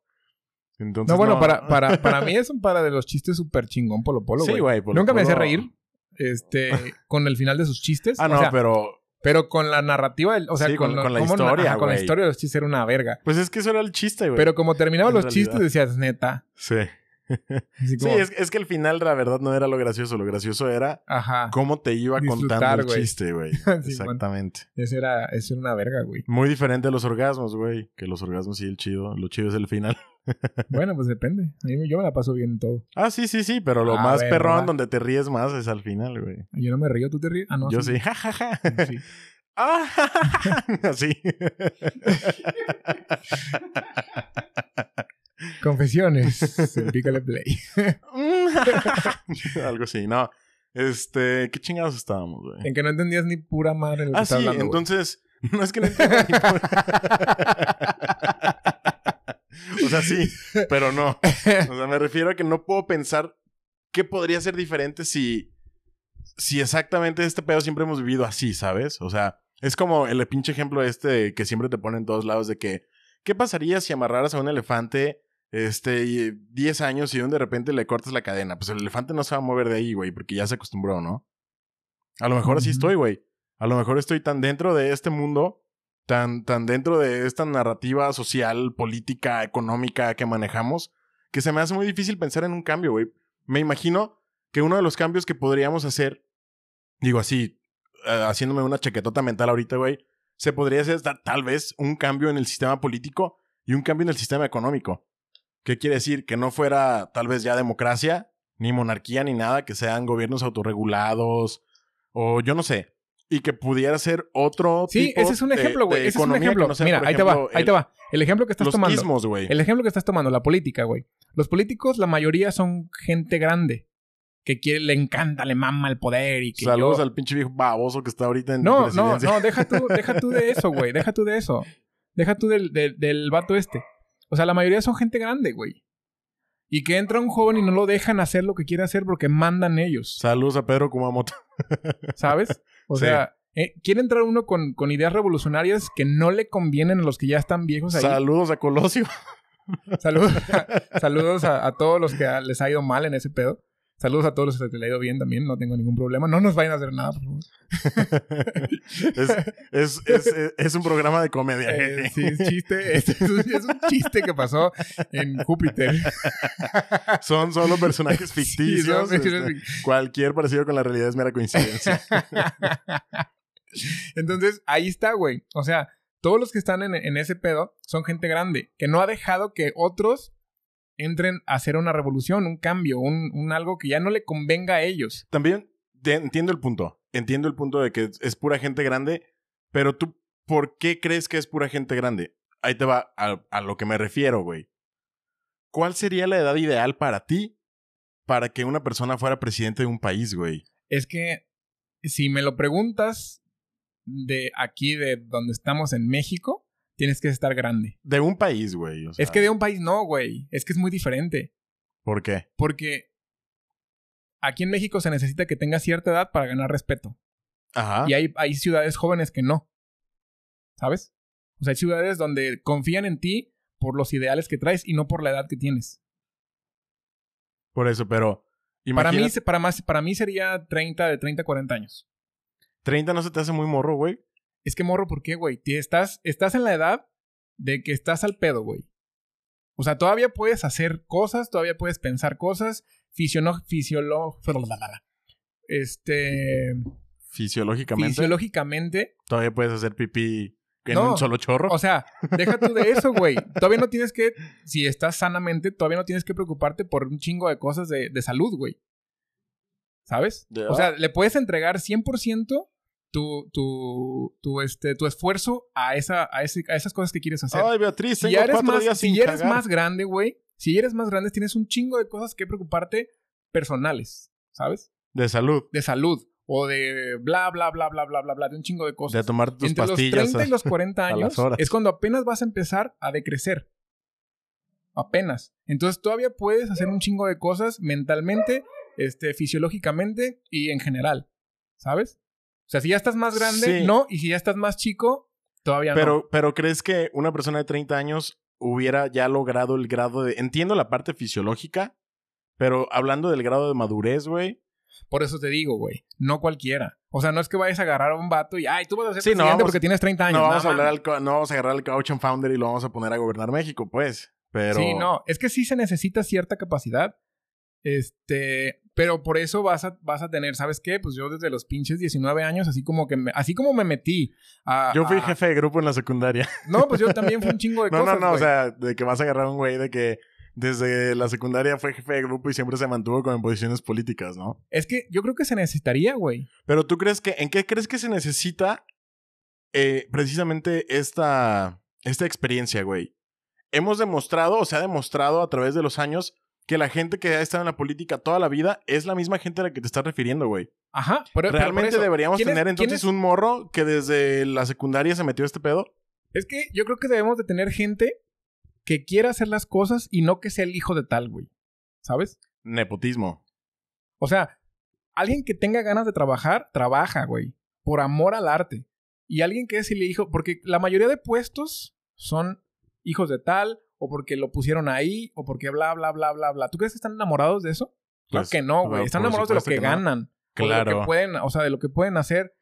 [SPEAKER 1] Entonces,
[SPEAKER 2] No, bueno, Para, para, para mí es un para de los chistes súper chingón Polo Polo,
[SPEAKER 1] Sí,
[SPEAKER 2] güey.
[SPEAKER 1] güey, Polo
[SPEAKER 2] Nunca me
[SPEAKER 1] Polo.
[SPEAKER 2] hacía reír. Este, con el final de sus chistes.
[SPEAKER 1] Ah,
[SPEAKER 2] o
[SPEAKER 1] no,
[SPEAKER 2] sea, pero...
[SPEAKER 1] pero...
[SPEAKER 2] con la narrativa, del- o sea,
[SPEAKER 1] Sí, con-
[SPEAKER 2] lo-
[SPEAKER 1] con la
[SPEAKER 2] cómo na-
[SPEAKER 1] historia,
[SPEAKER 2] ajá, Con la
[SPEAKER 1] güey.
[SPEAKER 2] historia de los chistes era una verga.
[SPEAKER 1] Pues es que eso era el chiste, güey.
[SPEAKER 2] Pero como terminaban
[SPEAKER 1] En
[SPEAKER 2] los
[SPEAKER 1] realidad.
[SPEAKER 2] chistes, decías, neta.
[SPEAKER 1] Sí.
[SPEAKER 2] Así
[SPEAKER 1] Sí,
[SPEAKER 2] como,
[SPEAKER 1] es, es que el final, la verdad, no era lo gracioso. Lo gracioso era
[SPEAKER 2] Ajá.
[SPEAKER 1] cómo te iba contando
[SPEAKER 2] Disfrutar,
[SPEAKER 1] el
[SPEAKER 2] güey.
[SPEAKER 1] chiste, güey.
[SPEAKER 2] Sí,
[SPEAKER 1] Exactamente.
[SPEAKER 2] Esa era, esa era una verga, güey.
[SPEAKER 1] Muy diferente a los orgasmos, güey. Que los orgasmos sí, el chido. Lo chido es el final.
[SPEAKER 2] Bueno, pues depende. A mí me- yo me la paso bien en todo.
[SPEAKER 1] Ah, sí, sí, sí. Pero lo
[SPEAKER 2] Ah,
[SPEAKER 1] más
[SPEAKER 2] ¿verdad?
[SPEAKER 1] perrón donde te ríes más es al final, güey.
[SPEAKER 2] Yo no me río, tú te ríes. Ah, no.
[SPEAKER 1] Yo sí. Ja, ja, ja.
[SPEAKER 2] sí.
[SPEAKER 1] Ah, Así.
[SPEAKER 2] Confesiones. Pícale play.
[SPEAKER 1] Mm. Algo así, no. Este, ¿qué chingados estábamos, güey?
[SPEAKER 2] En que no entendías ni pura madre lo que
[SPEAKER 1] Ah, sí,
[SPEAKER 2] estaba hablando. güey.
[SPEAKER 1] entonces, no es que no entiendo ni por- O sea, sí, pero no. O sea, me refiero a que no puedo pensar qué podría ser diferente si si exactamente este pedo siempre hemos vivido así, ¿sabes? O sea, es como el pinche ejemplo este que siempre te ponen en todos lados de que ¿qué pasaría si amarraras a un elefante este y, 10 años y de repente le cortas la cadena? Pues el elefante no se va a mover de ahí, güey, porque ya se acostumbró, ¿no? A lo mejor así
[SPEAKER 2] Ujú.
[SPEAKER 1] estoy, güey. A lo mejor estoy tan dentro de este mundo, tan, tan dentro de esta narrativa social, política, económica que manejamos, que se me hace muy difícil pensar en un cambio, güey. Me imagino que uno de los cambios que podríamos hacer, digo así, eh, haciéndome una chaquetota mental ahorita, güey, se podría hacer ta- tal vez un cambio en el sistema político y un cambio en el sistema económico. ¿Qué quiere decir? Que no fuera tal vez ya democracia, ni monarquía, ni nada, que sean gobiernos autorregulados, o yo no sé. Y que pudiera ser otro
[SPEAKER 2] Sí,
[SPEAKER 1] tipo
[SPEAKER 2] ese es un
[SPEAKER 1] de-
[SPEAKER 2] ejemplo,
[SPEAKER 1] de
[SPEAKER 2] güey. Ese es un
[SPEAKER 1] economía que
[SPEAKER 2] ejemplo.
[SPEAKER 1] no sea,
[SPEAKER 2] Mira,
[SPEAKER 1] por
[SPEAKER 2] ahí te va,
[SPEAKER 1] ejemplo,
[SPEAKER 2] ahí
[SPEAKER 1] el-
[SPEAKER 2] te va. El ejemplo que estás
[SPEAKER 1] los
[SPEAKER 2] tomando.
[SPEAKER 1] ismos, güey.
[SPEAKER 2] El ejemplo que estás tomando, la política, güey. Los políticos, la mayoría son gente grande. Que quiere, le encanta, le mama el poder y que
[SPEAKER 1] Saludos
[SPEAKER 2] yo-
[SPEAKER 1] al pinche viejo baboso que está ahorita en
[SPEAKER 2] No, no,
[SPEAKER 1] presidencia.
[SPEAKER 2] no, deja tú, deja tú de eso, güey. Deja tú de eso. Deja tú del, del, del vato este. O sea, la mayoría son gente grande, güey. Y que entra un joven y no lo dejan hacer lo que quiere hacer porque mandan ellos,
[SPEAKER 1] Saludos a Pedro Kumamoto.
[SPEAKER 2] ¿sabes? O
[SPEAKER 1] Sí.
[SPEAKER 2] sea, eh, quiere entrar uno con, con ideas revolucionarias que no le convienen a los que ya están viejos ahí.
[SPEAKER 1] Saludos a Colosio.
[SPEAKER 2] Saludos, a, saludos a, a todos los que a- les ha ido mal en ese pedo. Saludos a todos los que les ha ido bien también, no tengo ningún problema. No nos vayan a hacer nada, por favor.
[SPEAKER 1] es, es, es, es- es un programa de comedia.
[SPEAKER 2] Eh, sí, es chiste. Es, es un, es un chiste que pasó en Júpiter.
[SPEAKER 1] Son solo personajes
[SPEAKER 2] Sí,
[SPEAKER 1] ficticios.
[SPEAKER 2] son personajes
[SPEAKER 1] este, cualquier parecido con la realidad es mera coincidencia.
[SPEAKER 2] Entonces, ahí está, güey. O sea, Todos los que están en, en ese pedo son gente grande, que no ha dejado que otros entren a hacer una revolución, un cambio, un, un algo que ya no le convenga a ellos.
[SPEAKER 1] También te- entiendo el punto. Entiendo el punto de que es- es pura gente grande, pero tú, ¿por qué crees que es pura gente grande? Ahí te va a, a lo que me refiero, güey. ¿Cuál sería la edad ideal para ti para que una persona fuera presidente de un país, güey?
[SPEAKER 2] Es que si me lo preguntas de aquí, de donde estamos en México, tienes que estar grande.
[SPEAKER 1] De un país, güey. o sea,
[SPEAKER 2] es que de un país no, güey. Es que es muy diferente.
[SPEAKER 1] ¿Por qué?
[SPEAKER 2] Porque aquí en México se necesita que tengas cierta edad para ganar respeto.
[SPEAKER 1] Ajá.
[SPEAKER 2] Y hay, hay ciudades jóvenes que no. ¿Sabes? O sea, hay ciudades donde confían en ti por los ideales que traes y no por la edad que tienes.
[SPEAKER 1] Por eso, pero.
[SPEAKER 2] Para mí,
[SPEAKER 1] imagina-
[SPEAKER 2] se- para, más, para mí sería 30, de 30 a 40 años.
[SPEAKER 1] 30 no se te hace muy morro, güey.
[SPEAKER 2] Es que morro, ¿por qué, güey? Te- Estás, estás en la edad de que estás al pedo, güey. O sea, todavía puedes hacer cosas, todavía puedes pensar cosas. Fisiono, fisiolo, este,
[SPEAKER 1] Fisiológicamente.
[SPEAKER 2] fisiológicamente.
[SPEAKER 1] Todavía puedes hacer pipí en
[SPEAKER 2] No,
[SPEAKER 1] un solo chorro.
[SPEAKER 2] O sea, deja tú de eso, güey. Todavía no tienes que, si estás sanamente, todavía no tienes que preocuparte por un chingo de cosas de, de salud, güey. ¿Sabes?
[SPEAKER 1] Ya.
[SPEAKER 2] O sea, le puedes entregar 100% tu, tu, tu, este, tu esfuerzo a, esa, a, ese- a esas cosas que quieres hacer.
[SPEAKER 1] Ay, Beatriz,
[SPEAKER 2] si
[SPEAKER 1] tengo
[SPEAKER 2] ya eres,
[SPEAKER 1] cuatro
[SPEAKER 2] más,
[SPEAKER 1] días
[SPEAKER 2] si
[SPEAKER 1] sin
[SPEAKER 2] ya eres
[SPEAKER 1] cagar.
[SPEAKER 2] más grande, güey, si ya eres más grande, tienes un chingo de cosas que preocuparte personales, ¿sabes?
[SPEAKER 1] De salud.
[SPEAKER 2] De salud o de bla, bla, bla, bla, bla, bla, bla, de un chingo de cosas
[SPEAKER 1] De tomar tus
[SPEAKER 2] entre
[SPEAKER 1] pastillas.
[SPEAKER 2] los 30 y los 40
[SPEAKER 1] a
[SPEAKER 2] años
[SPEAKER 1] las horas.
[SPEAKER 2] es cuando apenas vas a empezar a decrecer. Apenas. Entonces todavía puedes hacer un chingo de cosas mentalmente, este, fisiológicamente y en general. ¿Sabes? O sea, si ya estás más grande,
[SPEAKER 1] Sí.
[SPEAKER 2] no. Y si ya estás más chico, todavía no.
[SPEAKER 1] Pero, pero crees que una persona de 30 años hubiera ya logrado el grado de. Entiendo la parte fisiológica, pero hablando del grado de madurez, güey.
[SPEAKER 2] Por eso te digo, güey. No cualquiera. O sea, no es que vayas a agarrar a un vato y, ay, tú vas a ser
[SPEAKER 1] Sí, no,
[SPEAKER 2] presidente
[SPEAKER 1] vamos-
[SPEAKER 2] porque tienes 30 años.
[SPEAKER 1] No vamos a
[SPEAKER 2] mames.
[SPEAKER 1] hablar al, co- no vamos a agarrar al couch and founder y lo vamos a poner a gobernar México, pues. Pero.
[SPEAKER 2] Sí, no, es que sí se necesita cierta capacidad. Este, pero por eso vas a, vas a tener, ¿sabes qué? Pues yo desde los pinches 19 años, así como que me, así como me metí a.
[SPEAKER 1] Yo fui
[SPEAKER 2] a-
[SPEAKER 1] jefe de grupo en la secundaria.
[SPEAKER 2] No, pues yo también fui un chingo de
[SPEAKER 1] No,
[SPEAKER 2] cosas.
[SPEAKER 1] no, no. O
[SPEAKER 2] güey.
[SPEAKER 1] sea, de que vas a agarrar a un güey de que desde la secundaria fue jefe de grupo y siempre se mantuvo con posiciones políticas, ¿no?
[SPEAKER 2] Es que yo creo que se necesitaría, güey.
[SPEAKER 1] Pero tú crees que, ¿en qué crees que se necesita eh, precisamente esta, esta experiencia, güey? Hemos demostrado, o se ha demostrado a través de los años, que la gente que ha estado en la política toda la vida es la misma gente a la que te estás refiriendo, güey.
[SPEAKER 2] Ajá, pero, pero por
[SPEAKER 1] ¿Realmente
[SPEAKER 2] eso,
[SPEAKER 1] deberíamos
[SPEAKER 2] ¿quién es-
[SPEAKER 1] tener
[SPEAKER 2] quién
[SPEAKER 1] entonces
[SPEAKER 2] es-
[SPEAKER 1] un morro que desde la secundaria se metió a este pedo?
[SPEAKER 2] Es que yo creo que debemos de tener gente que quiera hacer las cosas y no que sea el hijo de tal, güey. ¿Sabes?
[SPEAKER 1] Nepotismo.
[SPEAKER 2] O sea, alguien que tenga ganas de trabajar, trabaja, güey. Por amor al arte. Y alguien que es el hijo, porque la mayoría de puestos son hijos de tal, o porque lo pusieron ahí, o porque bla, bla, bla, bla, bla. ¿Tú crees que están enamorados de eso? Claro
[SPEAKER 1] Pues,
[SPEAKER 2] que no, güey.
[SPEAKER 1] por-
[SPEAKER 2] Están
[SPEAKER 1] por
[SPEAKER 2] enamorados de lo
[SPEAKER 1] supuesto
[SPEAKER 2] que,
[SPEAKER 1] que no.
[SPEAKER 2] ganan. o de lo que
[SPEAKER 1] Claro.
[SPEAKER 2] pueden, o sea, de lo que pueden hacer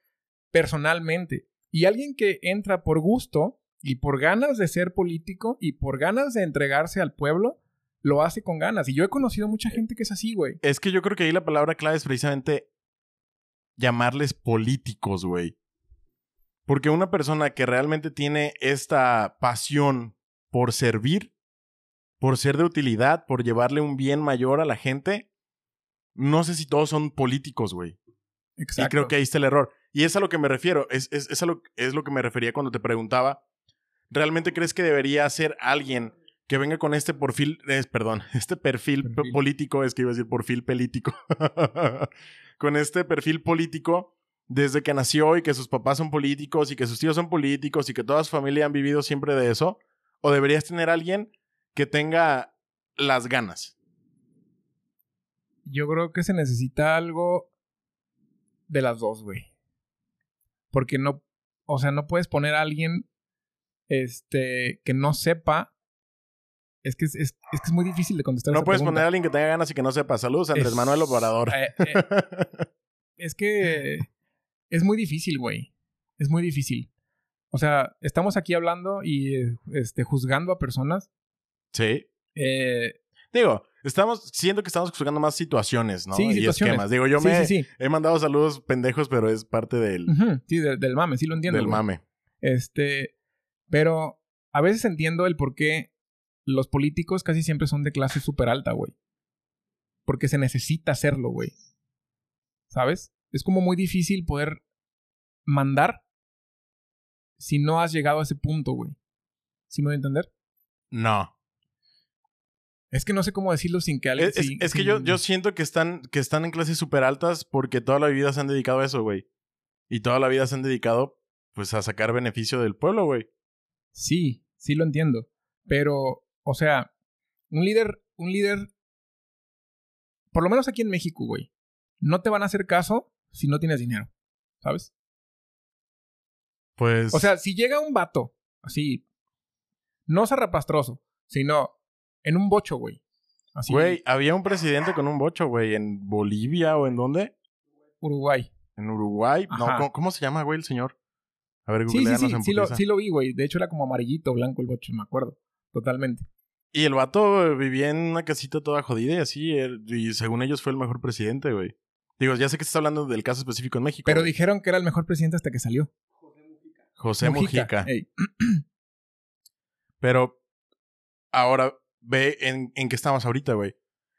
[SPEAKER 2] personalmente. Y alguien que entra por gusto y por ganas de ser político y por ganas de entregarse al pueblo, lo hace con ganas. Y yo he conocido
[SPEAKER 1] Eh,
[SPEAKER 2] mucha gente que es así, güey.
[SPEAKER 1] Es que yo creo que ahí la palabra clave es precisamente llamarles políticos, güey. Porque una persona que realmente tiene esta pasión por servir, por ser de utilidad, por llevarle un bien mayor a la gente, no sé si todos son políticos, güey. Y creo que ahí está el error. Y es a lo que me refiero, es, es, es a lo, es lo que me refería cuando te preguntaba, ¿realmente crees que debería ser alguien que venga con este perfil, es, perdón, este perfil, p-
[SPEAKER 2] Perfil.
[SPEAKER 1] político, es que iba a decir perfil pelítico, con este perfil político desde que nació y que sus papás son políticos y que sus tíos son políticos y que toda su familia han vivido siempre de eso? ¿O deberías tener alguien que tenga las ganas?
[SPEAKER 2] Yo creo que se necesita algo de las dos, güey. Porque no, o sea, no puedes poner a alguien este, que no sepa. Es que es, es- es que es muy difícil de contestar.
[SPEAKER 1] No
[SPEAKER 2] esa
[SPEAKER 1] puedes poner a
[SPEAKER 2] pregunta.
[SPEAKER 1] alguien que tenga ganas y que no sepa. Saludos, Andrés
[SPEAKER 2] Es-
[SPEAKER 1] Manuel Obrador.
[SPEAKER 2] Eh, eh, es que es muy difícil, güey. Es muy difícil. O sea, estamos aquí hablando y eh, este, juzgando a personas.
[SPEAKER 1] Sí.
[SPEAKER 2] Eh,
[SPEAKER 1] Digo, estamos, siento que estamos juzgando más situaciones, ¿no?
[SPEAKER 2] Sí,
[SPEAKER 1] y
[SPEAKER 2] situaciones.
[SPEAKER 1] esquemas. Digo, yo
[SPEAKER 2] sí,
[SPEAKER 1] me
[SPEAKER 2] sí, sí.
[SPEAKER 1] he mandado saludos pendejos, pero es parte del,
[SPEAKER 2] Ujú, Sí, del, del mame, sí lo entiendo.
[SPEAKER 1] del
[SPEAKER 2] güey.
[SPEAKER 1] mame.
[SPEAKER 2] Este, Pero a veces entiendo el por qué los políticos casi siempre son de clase súper alta, güey. Porque se necesita hacerlo, güey. ¿Sabes? Es como muy difícil poder mandar si no has llegado a ese punto, güey. ¿Sí me voy a entender?
[SPEAKER 1] No.
[SPEAKER 2] Es que no sé cómo decirlo sin que alguien...
[SPEAKER 1] Es, es-
[SPEAKER 2] sin-
[SPEAKER 1] es que
[SPEAKER 2] sin-
[SPEAKER 1] yo, yo siento que están, que están en clases súper altas porque toda la vida se han dedicado a eso, güey. Y toda la vida se han dedicado, pues, a sacar beneficio del pueblo, güey.
[SPEAKER 2] Sí, sí lo entiendo. Pero, o sea, un líder, un líder, por lo menos aquí en México, güey, no te van a hacer caso si no tienes dinero, ¿sabes?
[SPEAKER 1] Pues.
[SPEAKER 2] O sea, si llega un vato, así, no zarrapastroso, sino en un bocho, güey. Así,
[SPEAKER 1] güey, había un presidente con un bocho, güey, en Bolivia o en dónde?
[SPEAKER 2] Uruguay.
[SPEAKER 1] En Uruguay. No,
[SPEAKER 2] Ajá.
[SPEAKER 1] ¿cómo, cómo se llama, güey, el señor? A ver,
[SPEAKER 2] Sí, sí,
[SPEAKER 1] googleanos
[SPEAKER 2] sí,
[SPEAKER 1] en
[SPEAKER 2] sí lo,
[SPEAKER 1] putiza.
[SPEAKER 2] sí lo vi, güey. De hecho, era como amarillito, blanco el bocho, me acuerdo. Totalmente.
[SPEAKER 1] Y el vato eh, vivía en una casita toda jodida y así, él- y según ellos fue el mejor presidente, güey. Digo, ya sé que estás hablando del caso específico en México.
[SPEAKER 2] Pero
[SPEAKER 1] güey.
[SPEAKER 2] dijeron que era el mejor presidente hasta que salió.
[SPEAKER 1] José Mujica.
[SPEAKER 2] Ey,
[SPEAKER 1] Pero ahora ve en, en qué estamos ahorita, güey.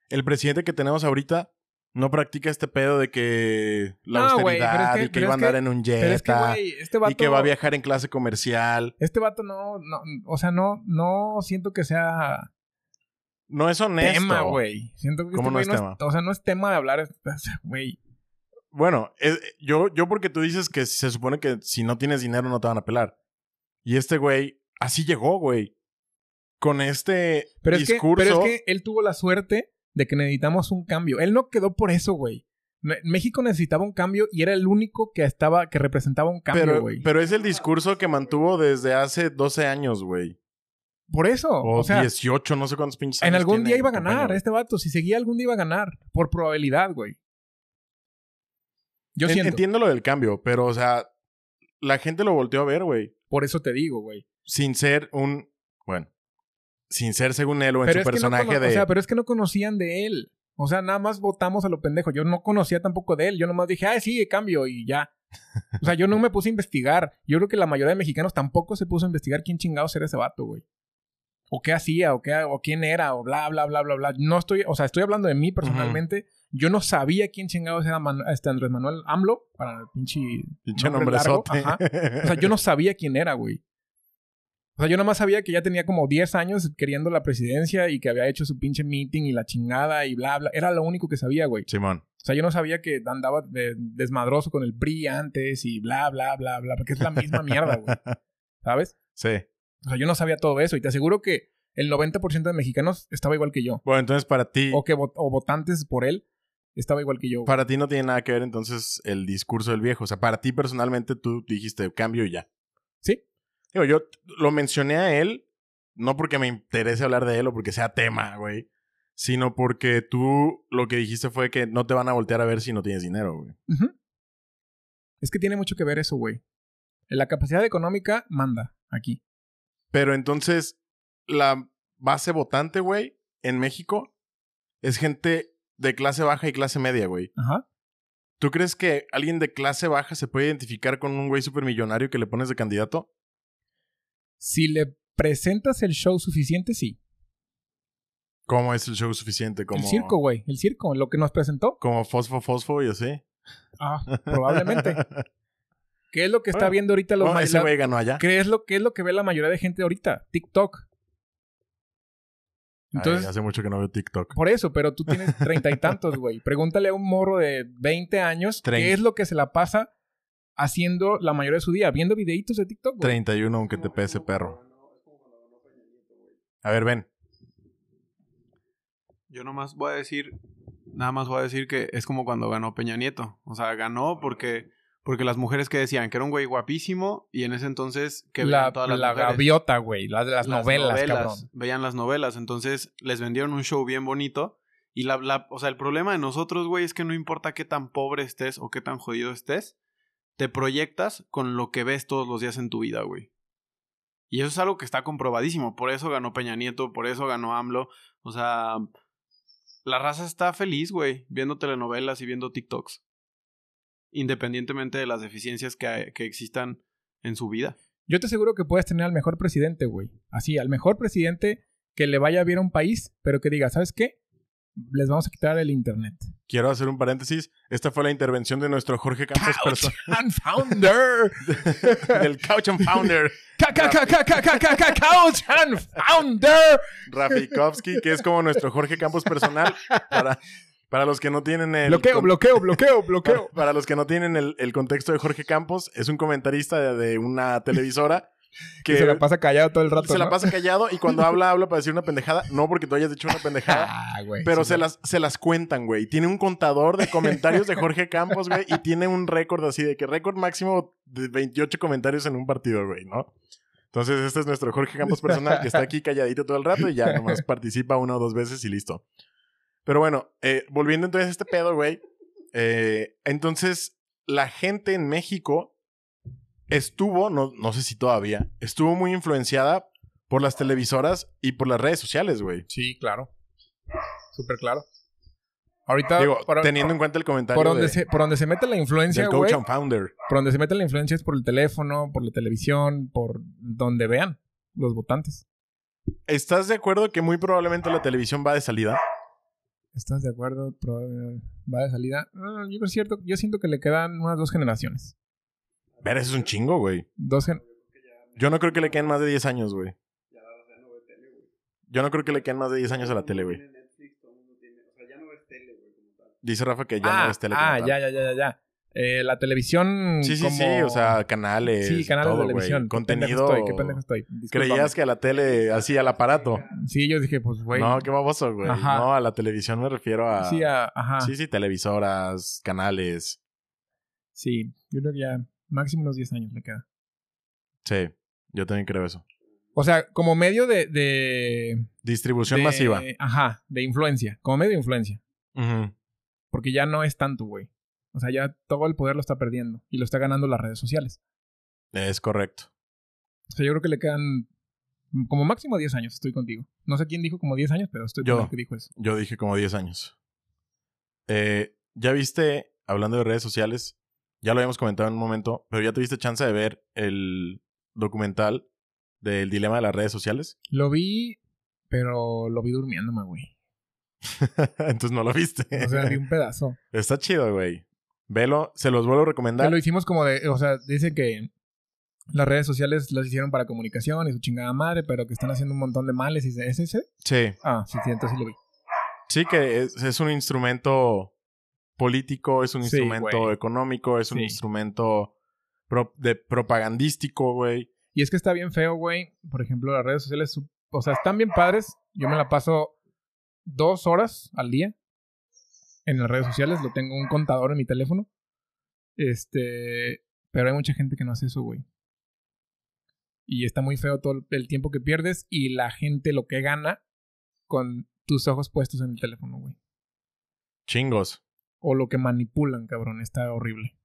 [SPEAKER 1] El presidente que tenemos ahorita no practica este pedo de que la
[SPEAKER 2] No, güey, pero es
[SPEAKER 1] austeridad
[SPEAKER 2] que-
[SPEAKER 1] y que
[SPEAKER 2] pero
[SPEAKER 1] iba a
[SPEAKER 2] es que-
[SPEAKER 1] andar en un
[SPEAKER 2] Pero es que,
[SPEAKER 1] Jetta
[SPEAKER 2] güey, este vato...
[SPEAKER 1] y que va a viajar en clase comercial.
[SPEAKER 2] Este vato no, no, o sea, no, no siento que sea
[SPEAKER 1] No es honesto.
[SPEAKER 2] tema, güey. Siento que
[SPEAKER 1] ¿Cómo
[SPEAKER 2] este
[SPEAKER 1] no
[SPEAKER 2] güey
[SPEAKER 1] es tema?
[SPEAKER 2] O sea, no es tema de hablar, es- o sea, güey.
[SPEAKER 1] Bueno, es- yo, yo porque tú dices que se supone que si no tienes dinero no te van a pelar. Y este güey, así llegó, güey. Con este
[SPEAKER 2] Pero es, que,
[SPEAKER 1] discurso.
[SPEAKER 2] pero es que él tuvo la suerte de que necesitamos un cambio. Él no quedó por eso, güey. Me- México necesitaba un cambio y era el único que estaba, que representaba un cambio,
[SPEAKER 1] pero,
[SPEAKER 2] güey.
[SPEAKER 1] pero es el discurso que mantuvo desde hace 12 años, güey.
[SPEAKER 2] Por eso,
[SPEAKER 1] O,
[SPEAKER 2] o sea,
[SPEAKER 1] 18, no sé cuántos pinches
[SPEAKER 2] en
[SPEAKER 1] años
[SPEAKER 2] algún
[SPEAKER 1] tiene
[SPEAKER 2] día iba a
[SPEAKER 1] el
[SPEAKER 2] ganar
[SPEAKER 1] compañero.
[SPEAKER 2] este vato. Si seguía algún día iba a ganar. Por probabilidad, güey. Yo
[SPEAKER 1] En-
[SPEAKER 2] siento.
[SPEAKER 1] Entiendo lo del cambio, pero, o sea, la gente lo volteó a ver, güey.
[SPEAKER 2] Por eso te digo, güey.
[SPEAKER 1] Sin ser un. Bueno. Sin ser, según él, o en su
[SPEAKER 2] es que no
[SPEAKER 1] personaje
[SPEAKER 2] cono-
[SPEAKER 1] de.
[SPEAKER 2] O sea, pero es que no conocían de él. O sea, nada más votamos a lo pendejo. Yo no conocía tampoco de él. Yo nomás dije, ah, sí, cambio y ya. O sea, yo no me puse a investigar. Yo creo que la mayoría de mexicanos tampoco se puso a investigar quién chingados era ese vato, güey. O qué hacía, o, qué, o quién era, o bla, bla, bla, bla, bla. No estoy, o sea, estoy hablando de mí personalmente. Yo no sabía quién chingados era Man- este Andrés Manuel AMLO, para el pinche,
[SPEAKER 1] pinche
[SPEAKER 2] nombre largo.
[SPEAKER 1] nombrezote.
[SPEAKER 2] Ajá. O sea, yo no sabía quién era, güey. O sea, yo nada más sabía que ya tenía como 10 años queriendo la presidencia y que había hecho su pinche meeting y la chingada y bla, bla. Era lo único que sabía, güey.
[SPEAKER 1] Simón.
[SPEAKER 2] O sea, yo no sabía que andaba de- desmadroso con el PRI antes y bla, bla, bla, bla. Porque es la misma mierda, güey. ¿Sabes?
[SPEAKER 1] Sí.
[SPEAKER 2] O sea, yo no sabía todo eso y te aseguro que el 90% de mexicanos estaba igual que yo.
[SPEAKER 1] Bueno, entonces para ti.
[SPEAKER 2] O que vot- o votantes por él estaba igual que yo. güey.
[SPEAKER 1] Para ti no tiene nada que ver entonces el discurso del viejo. O sea, para ti personalmente tú dijiste cambio y ya.
[SPEAKER 2] Sí.
[SPEAKER 1] Digo, yo t- lo mencioné a él, no porque me interese hablar de él o porque sea tema, güey. Sino porque tú lo que dijiste fue que no te van a voltear a ver si no tienes dinero, güey.
[SPEAKER 2] Ujú. Es que tiene mucho que ver eso, güey. La capacidad económica manda aquí.
[SPEAKER 1] Pero entonces, la base votante, güey, en México es gente de clase baja y clase media, güey.
[SPEAKER 2] Ajá.
[SPEAKER 1] ¿Tú crees que alguien de clase baja se puede identificar con un güey supermillonario que le pones de candidato?
[SPEAKER 2] Si le presentas el show suficiente, sí.
[SPEAKER 1] ¿Cómo es el show suficiente? Como,
[SPEAKER 2] El circo, güey. El circo, lo que nos presentó.
[SPEAKER 1] Como fosfo, fosfo y así.
[SPEAKER 2] Ah, probablemente. ¿Qué es lo que está
[SPEAKER 1] Bueno.
[SPEAKER 2] viendo ahorita los
[SPEAKER 1] Oh,
[SPEAKER 2] ma-
[SPEAKER 1] ese
[SPEAKER 2] la-
[SPEAKER 1] güey ganó allá.
[SPEAKER 2] ¿Qué es, lo, ¿Qué es lo que ve la mayoría de gente ahorita? TikTok.
[SPEAKER 1] Ay,
[SPEAKER 2] Entonces,
[SPEAKER 1] hace mucho que no veo TikTok.
[SPEAKER 2] por eso, pero tú tienes treinta y tantos, güey. Pregúntale a un morro de 20 años
[SPEAKER 1] Trein-
[SPEAKER 2] qué es lo que se la pasa haciendo la mayoría de su día, viendo videitos de TikTok, güey.
[SPEAKER 1] 31, aunque te pese, perro. A ver, ven.
[SPEAKER 3] Yo nomás voy a decir, nada más voy a decir que es como cuando ganó Peña Nieto. O sea, ganó porque, porque las mujeres que decían que era un güey guapísimo y en ese entonces que
[SPEAKER 2] la,
[SPEAKER 3] veían todas las
[SPEAKER 2] la
[SPEAKER 3] mujeres.
[SPEAKER 2] gaviota, güey. La de las, novelas, cabrón.
[SPEAKER 3] Veían las novelas, entonces les vendieron un show bien bonito. Y la, la- o sea, el problema de nosotros, güey, es que no importa qué tan pobre estés o qué tan jodido estés, te proyectas con lo que ves todos los días en tu vida, güey. Y eso es algo que está comprobadísimo. Por eso ganó Peña Nieto, por eso ganó AMLO. O sea, la raza está feliz, güey, viendo telenovelas y viendo TikToks. Independientemente de las deficiencias que, que existan en su vida.
[SPEAKER 2] Yo te aseguro que puedes tener al mejor presidente, güey. Así, al mejor presidente que le vaya bien a un país, pero que diga, ¿sabes qué? Les vamos a quitar el internet.
[SPEAKER 1] Quiero hacer un paréntesis. Esta fue la intervención de nuestro Jorge Campos Persona.
[SPEAKER 2] and founder.
[SPEAKER 1] del Couch and Founder.
[SPEAKER 2] Ca- ca- ca- ca- ca- ca- ca- ca- Couch and founder.
[SPEAKER 1] Rafikovsky, que es como nuestro Jorge Campos personal. Para, para los que no tienen el.
[SPEAKER 2] Bloqueo,
[SPEAKER 1] con-
[SPEAKER 2] bloqueo, bloqueo,
[SPEAKER 1] para,
[SPEAKER 2] bloqueo.
[SPEAKER 1] para los que no tienen el, el contexto de Jorge Campos, es un comentarista de, de una televisora que,
[SPEAKER 2] Que se la pasa callado todo el rato.
[SPEAKER 1] se la
[SPEAKER 2] ¿no?
[SPEAKER 1] pasa callado y cuando habla, habla para decir una pendejada. No porque tú hayas dicho una pendejada.
[SPEAKER 2] Ah, güey.
[SPEAKER 1] Pero
[SPEAKER 2] sí,
[SPEAKER 1] se
[SPEAKER 2] güey.
[SPEAKER 1] las, se las cuentan, güey. Tiene un contador de comentarios de Jorge Campos, güey. Y tiene un récord así de que récord máximo de 28 comentarios en un partido, güey, ¿no? Entonces, este es nuestro Jorge Campos personal que está aquí calladito todo el rato y ya nomás participa una o dos veces y listo. Pero bueno, eh, volviendo entonces a este pedo, güey. eh, entonces, la gente en México estuvo, no, no sé si todavía, estuvo muy influenciada por las televisoras y por las redes sociales, güey.
[SPEAKER 2] Sí, claro. Súper claro. Ahorita,
[SPEAKER 1] Digo,
[SPEAKER 2] Ah, por-
[SPEAKER 1] teniendo en cuenta el comentario
[SPEAKER 2] por donde,
[SPEAKER 1] de-
[SPEAKER 2] se, por donde se mete la influencia,
[SPEAKER 1] del
[SPEAKER 2] güey.
[SPEAKER 1] coach and founder.
[SPEAKER 2] Por donde se mete la influencia es por el teléfono, por la televisión, por donde vean los votantes.
[SPEAKER 1] ¿Estás de acuerdo que muy probablemente la televisión va de salida?
[SPEAKER 2] ¿Estás de acuerdo? Probable- Va de salida. Mm, Yo, creo cierto, yo siento que le quedan unas dos generaciones.
[SPEAKER 1] Ver, eso es un chingo, güey.
[SPEAKER 2] Dos gen-
[SPEAKER 1] Yo no creo que le queden más de 10 años, güey. Yo no creo que le queden más de 10 años a la tele, güey. Dice Rafa que ya no
[SPEAKER 2] ah,
[SPEAKER 1] ves tele.
[SPEAKER 2] ah,
[SPEAKER 1] como
[SPEAKER 2] ya,
[SPEAKER 1] tal.
[SPEAKER 2] ya, ya, ya. ya. Eh, la televisión.
[SPEAKER 1] Sí, sí,
[SPEAKER 2] como-
[SPEAKER 1] sí. O sea, canales.
[SPEAKER 2] Sí, canales
[SPEAKER 1] todo,
[SPEAKER 2] de televisión.
[SPEAKER 1] güey.
[SPEAKER 2] Qué pendejo
[SPEAKER 1] Contenido.
[SPEAKER 2] estoy, qué pendejo estoy. Discúlpame.
[SPEAKER 1] Creías que a la tele hacía el aparato.
[SPEAKER 2] Sí, yo dije, pues, güey.
[SPEAKER 1] No, qué baboso, güey.
[SPEAKER 2] Ajá.
[SPEAKER 1] No, a la televisión me refiero a.
[SPEAKER 2] Sí, ah, ajá.
[SPEAKER 1] sí, sí, televisoras, canales.
[SPEAKER 2] Sí, yo creo que ya máximo unos 10 años le queda.
[SPEAKER 1] Sí, yo también creo eso.
[SPEAKER 2] O sea, como medio de... de
[SPEAKER 1] Distribución
[SPEAKER 2] de-
[SPEAKER 1] masiva.
[SPEAKER 2] Ajá, de influencia. Como medio de influencia.
[SPEAKER 1] Ujú.
[SPEAKER 2] Porque ya no es tanto, güey. O sea, ya todo el poder lo está perdiendo. Y lo está ganando las redes sociales.
[SPEAKER 1] Es correcto.
[SPEAKER 2] O sea, yo creo que le quedan como máximo 10 años. Estoy contigo. No sé quién dijo como 10 años, pero estoy
[SPEAKER 1] Yo.
[SPEAKER 2] contigo que dijo eso.
[SPEAKER 1] Yo dije como 10 años. Eh, ya viste, hablando de redes sociales, ya lo habíamos comentado en un momento, pero ya tuviste chance de ver el documental del dilema de las redes sociales.
[SPEAKER 2] Lo vi, pero lo vi durmiéndome, güey.
[SPEAKER 1] Entonces no lo viste.
[SPEAKER 2] O sea, vi un pedazo.
[SPEAKER 1] Está chido, güey. Velo, se los vuelvo a
[SPEAKER 2] Que
[SPEAKER 1] recomendar.
[SPEAKER 2] lo hicimos como de, o sea, dice que las redes sociales las hicieron para comunicación y su chingada madre, pero que están haciendo un montón de males y dice, ¿es ese?
[SPEAKER 1] Sí,
[SPEAKER 2] Ah, sí, sí, entonces sí lo vi.
[SPEAKER 1] sí que es, es un instrumento político, es un
[SPEAKER 2] Sí,
[SPEAKER 1] instrumento
[SPEAKER 2] güey.
[SPEAKER 1] económico, es un
[SPEAKER 2] Sí.
[SPEAKER 1] instrumento pro- de propagandístico, güey.
[SPEAKER 2] Y es que está bien feo, güey. Por ejemplo, las redes sociales, su- o sea, están bien padres. Yo me la paso dos horas al día en las redes sociales. Lo tengo un contador en mi teléfono. Este, pero hay mucha gente que no hace eso, güey. Y está muy feo todo el- el tiempo que pierdes y la gente lo que gana con tus ojos puestos en el teléfono, güey.
[SPEAKER 1] Chingos.
[SPEAKER 2] o lo que manipulan, cabrón, está horrible.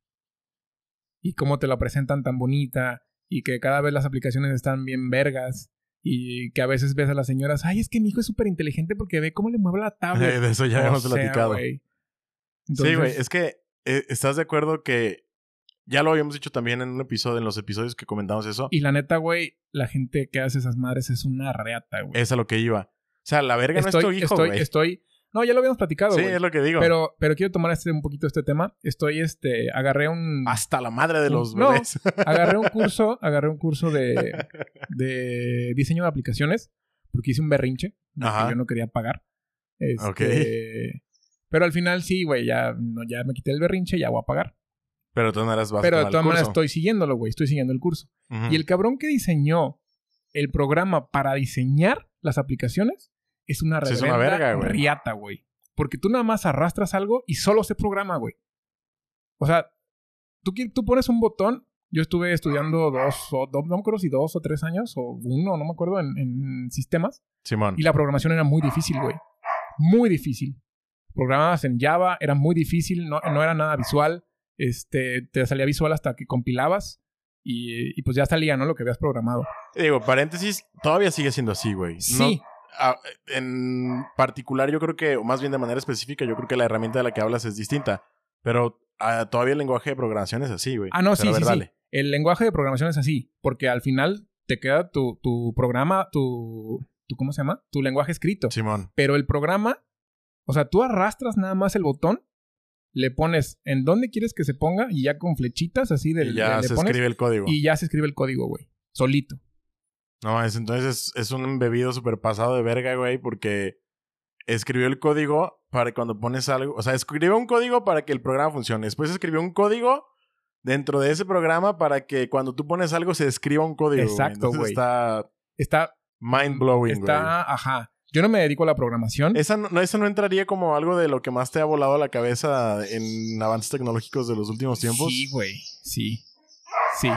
[SPEAKER 2] Y cómo te la presentan tan bonita y que cada vez las aplicaciones están bien vergas y que a veces ves a las señoras, ay, es que mi hijo es súper inteligente porque ve cómo le mueve la tablet.
[SPEAKER 1] De eso ya
[SPEAKER 2] Ah, O
[SPEAKER 1] habíamos
[SPEAKER 2] sea,
[SPEAKER 1] platicado.
[SPEAKER 2] güey.
[SPEAKER 1] sí, güey,
[SPEAKER 2] Entonces,
[SPEAKER 1] es que eh, estás de acuerdo que ya lo habíamos dicho también en un episodio, en los episodios que comentamos eso.
[SPEAKER 2] Y la neta, güey, la gente que hace esas madres es una reata, güey.
[SPEAKER 1] es a lo que iba. O sea, la verga no es tu hijo,
[SPEAKER 2] estoy,
[SPEAKER 1] güey.
[SPEAKER 2] estoy. No, ya lo habíamos platicado,
[SPEAKER 1] sí,
[SPEAKER 2] güey.
[SPEAKER 1] es lo que digo.
[SPEAKER 2] Pero, pero quiero tomar este, un poquito este tema. Estoy, este, agarré un.
[SPEAKER 1] Hasta la madre de los
[SPEAKER 2] mm, No.
[SPEAKER 1] bebés.
[SPEAKER 2] agarré un curso, agarré un curso de, de diseño de aplicaciones, porque hice un berrinche de
[SPEAKER 1] Ajá.
[SPEAKER 2] que yo no quería pagar. Este,
[SPEAKER 1] Ok.
[SPEAKER 2] Pero al final sí, güey, ya, no, ya me quité el berrinche, ya voy a pagar.
[SPEAKER 1] pero de todas maneras vas a
[SPEAKER 2] pero de
[SPEAKER 1] tomar el
[SPEAKER 2] todas maneras
[SPEAKER 1] curso.
[SPEAKER 2] estoy siguiéndolo, güey, estoy siguiendo el curso.
[SPEAKER 1] Ujú.
[SPEAKER 2] Y el cabrón que diseñó el programa para diseñar las aplicaciones es una
[SPEAKER 1] Sí, es
[SPEAKER 2] reverenda
[SPEAKER 1] una verga, güey.
[SPEAKER 2] riata, güey. Porque tú nada más arrastras algo y solo se programa, güey. O sea, tú, qui- tú pones un botón. Yo estuve estudiando dos, o dos- no me acuerdo si dos o tres años, o uno, no me acuerdo, en, en sistemas.
[SPEAKER 1] Simón.
[SPEAKER 2] Y la programación era muy difícil, güey. Muy difícil. Programabas en Java, era muy difícil, no, no era nada visual. Este, te salía visual hasta que compilabas y, y pues ya salía, ¿no? Lo que habías programado.
[SPEAKER 1] Digo, paréntesis, todavía sigue siendo así, güey. No-
[SPEAKER 2] Sí,
[SPEAKER 1] a- en particular, yo creo que, o más bien de manera específica, yo creo que la herramienta de la que hablas es distinta. Pero ah, todavía el lenguaje de programación es así, güey.
[SPEAKER 2] Ah,
[SPEAKER 1] Pero
[SPEAKER 2] no,
[SPEAKER 1] a
[SPEAKER 2] sí,
[SPEAKER 1] ver,
[SPEAKER 2] sí, sí.
[SPEAKER 1] dale.
[SPEAKER 2] El lenguaje de programación es así, porque al final te queda tu, tu programa, tu, tu. ¿Cómo se llama? Tu lenguaje escrito.
[SPEAKER 1] Simón.
[SPEAKER 2] Pero el programa, o sea, tú arrastras nada más el botón, le pones en dónde quieres que se ponga y ya con flechitas así del.
[SPEAKER 1] y ya
[SPEAKER 2] le
[SPEAKER 1] se
[SPEAKER 2] pones
[SPEAKER 1] escribe el código.
[SPEAKER 2] Y ya se escribe el código, güey. Solito.
[SPEAKER 1] No, es, entonces es, es un bebido súper pasado de verga, güey, porque escribió el código para cuando pones algo. O sea, escribió un código para que el programa funcione. Después escribió un código dentro de ese programa para que cuando tú pones algo se escriba un código. güey.
[SPEAKER 2] Exacto,
[SPEAKER 1] Entonces
[SPEAKER 2] güey.
[SPEAKER 1] Está
[SPEAKER 2] Está.
[SPEAKER 1] mind blowing, güey.
[SPEAKER 2] Está. Ajá. Yo no me dedico a la programación.
[SPEAKER 1] Esa no, no- esa no entraría como algo de lo que más te ha volado la cabeza en avances tecnológicos de los últimos tiempos.
[SPEAKER 2] Sí, güey. Sí. Sí.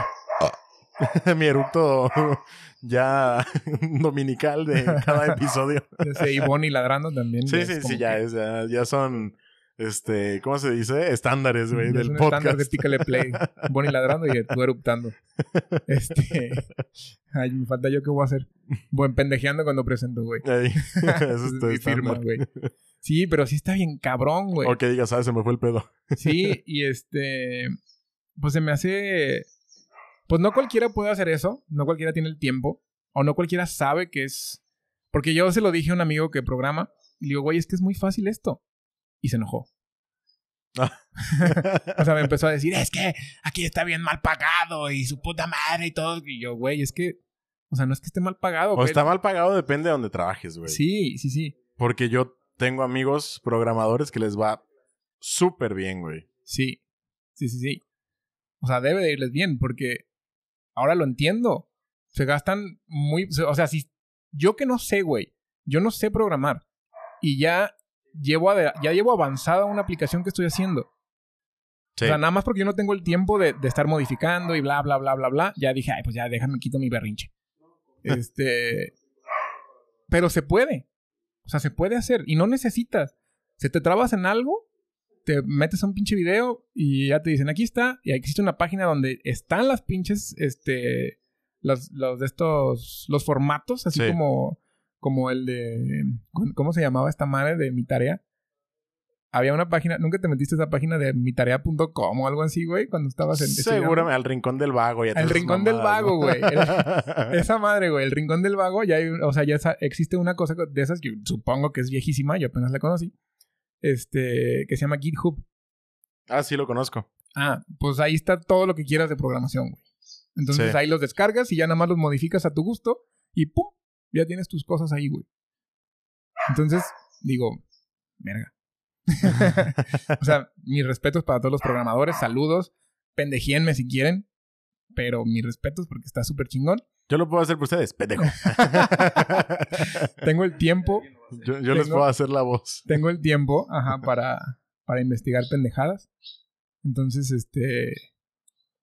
[SPEAKER 1] Mi eructo ya dominical de cada episodio.
[SPEAKER 2] Ese y Bonnie ladrando también.
[SPEAKER 1] Sí,
[SPEAKER 2] es
[SPEAKER 1] sí,
[SPEAKER 2] como
[SPEAKER 1] sí, ya,
[SPEAKER 2] que-
[SPEAKER 1] es, ya, ya son, este, ¿cómo se dice? Estándares, güey,
[SPEAKER 2] ya es
[SPEAKER 1] del
[SPEAKER 2] un
[SPEAKER 1] podcast.
[SPEAKER 2] estándar de pícale play. Bonnie ladrando y tú eruptando. Este. Ay, me falta yo qué voy a hacer. Buen pendejeando cuando presento, güey.
[SPEAKER 1] Ey, eso
[SPEAKER 2] Esa
[SPEAKER 1] es tu
[SPEAKER 2] mi firma,
[SPEAKER 1] estándar.
[SPEAKER 2] güey. Sí, pero sí está bien cabrón, güey.
[SPEAKER 1] O que digas, ¿sabes? Se me fue el pedo.
[SPEAKER 2] Sí, y este. Pues se me hace. Pues no cualquiera puede hacer eso. No cualquiera tiene el tiempo. O no cualquiera sabe que es. Porque yo se lo dije a un amigo que programa. Y le digo, güey, es que es muy fácil esto. Y se enojó. O sea, me empezó a decir, es que aquí está bien mal pagado y su puta madre y todo. Y yo, güey, es que. O sea, no es que esté mal pagado.
[SPEAKER 1] O
[SPEAKER 2] güey.
[SPEAKER 1] está mal pagado, depende de donde trabajes, güey.
[SPEAKER 2] Sí, sí, sí.
[SPEAKER 1] Porque yo tengo amigos programadores que les va súper bien, güey.
[SPEAKER 2] Sí, sí, sí, sí. O sea, debe de irles bien, porque ahora lo entiendo. Se gastan muy. se- O sea, si. Yo que no sé, güey. Yo no sé programar. Y ya llevo, ade- ya llevo avanzada una aplicación que estoy haciendo.
[SPEAKER 1] Sí.
[SPEAKER 2] O sea, nada más porque yo no tengo el tiempo de, de estar modificando y bla, bla, bla, bla, bla. Ya dije, ay, pues ya déjame quito mi berrinche. Este. Pero se puede. O sea, se puede hacer. Y no necesitas. Si te trabas en algo, te metes a un pinche video y ya te dicen, aquí está. Y ahí existe una página donde están las pinches. Este. Los, los de estos. Los formatos, así
[SPEAKER 1] Sí.
[SPEAKER 2] como. Como el de. ¿Cómo se llamaba esta madre de mi tarea? Había una página, nunca te metiste a esa página de mitarea.com o algo así, güey, cuando estabas en estudiando?
[SPEAKER 1] Seguramente al rincón del vago. y a
[SPEAKER 2] Al
[SPEAKER 1] todas esas
[SPEAKER 2] rincón del
[SPEAKER 1] mamadas,
[SPEAKER 2] vago,
[SPEAKER 1] ¿no?
[SPEAKER 2] güey. Esa madre, güey, el rincón del vago, ya hay, o sea, ya sa- existe una cosa de esas que supongo que es viejísima, yo apenas la conocí. Este, que se llama GitHub.
[SPEAKER 1] ah, sí, lo conozco.
[SPEAKER 2] Ah, pues ahí está todo lo que quieras de programación, güey. Entonces
[SPEAKER 1] Sí.
[SPEAKER 2] ahí los descargas y ya nada más los modificas a tu gusto y pum, ya tienes tus cosas ahí, güey. Entonces, digo, verga. o sea, mis respetos para todos los programadores, saludos, pendejíenme si quieren, pero mis respetos porque está súper chingón.
[SPEAKER 1] Yo lo puedo hacer por ustedes, pendejo.
[SPEAKER 2] Tengo el tiempo,
[SPEAKER 1] yo yo les
[SPEAKER 2] Tengo-
[SPEAKER 1] puedo hacer la voz.
[SPEAKER 2] tengo el tiempo, ajá, para, para investigar pendejadas. Entonces, este,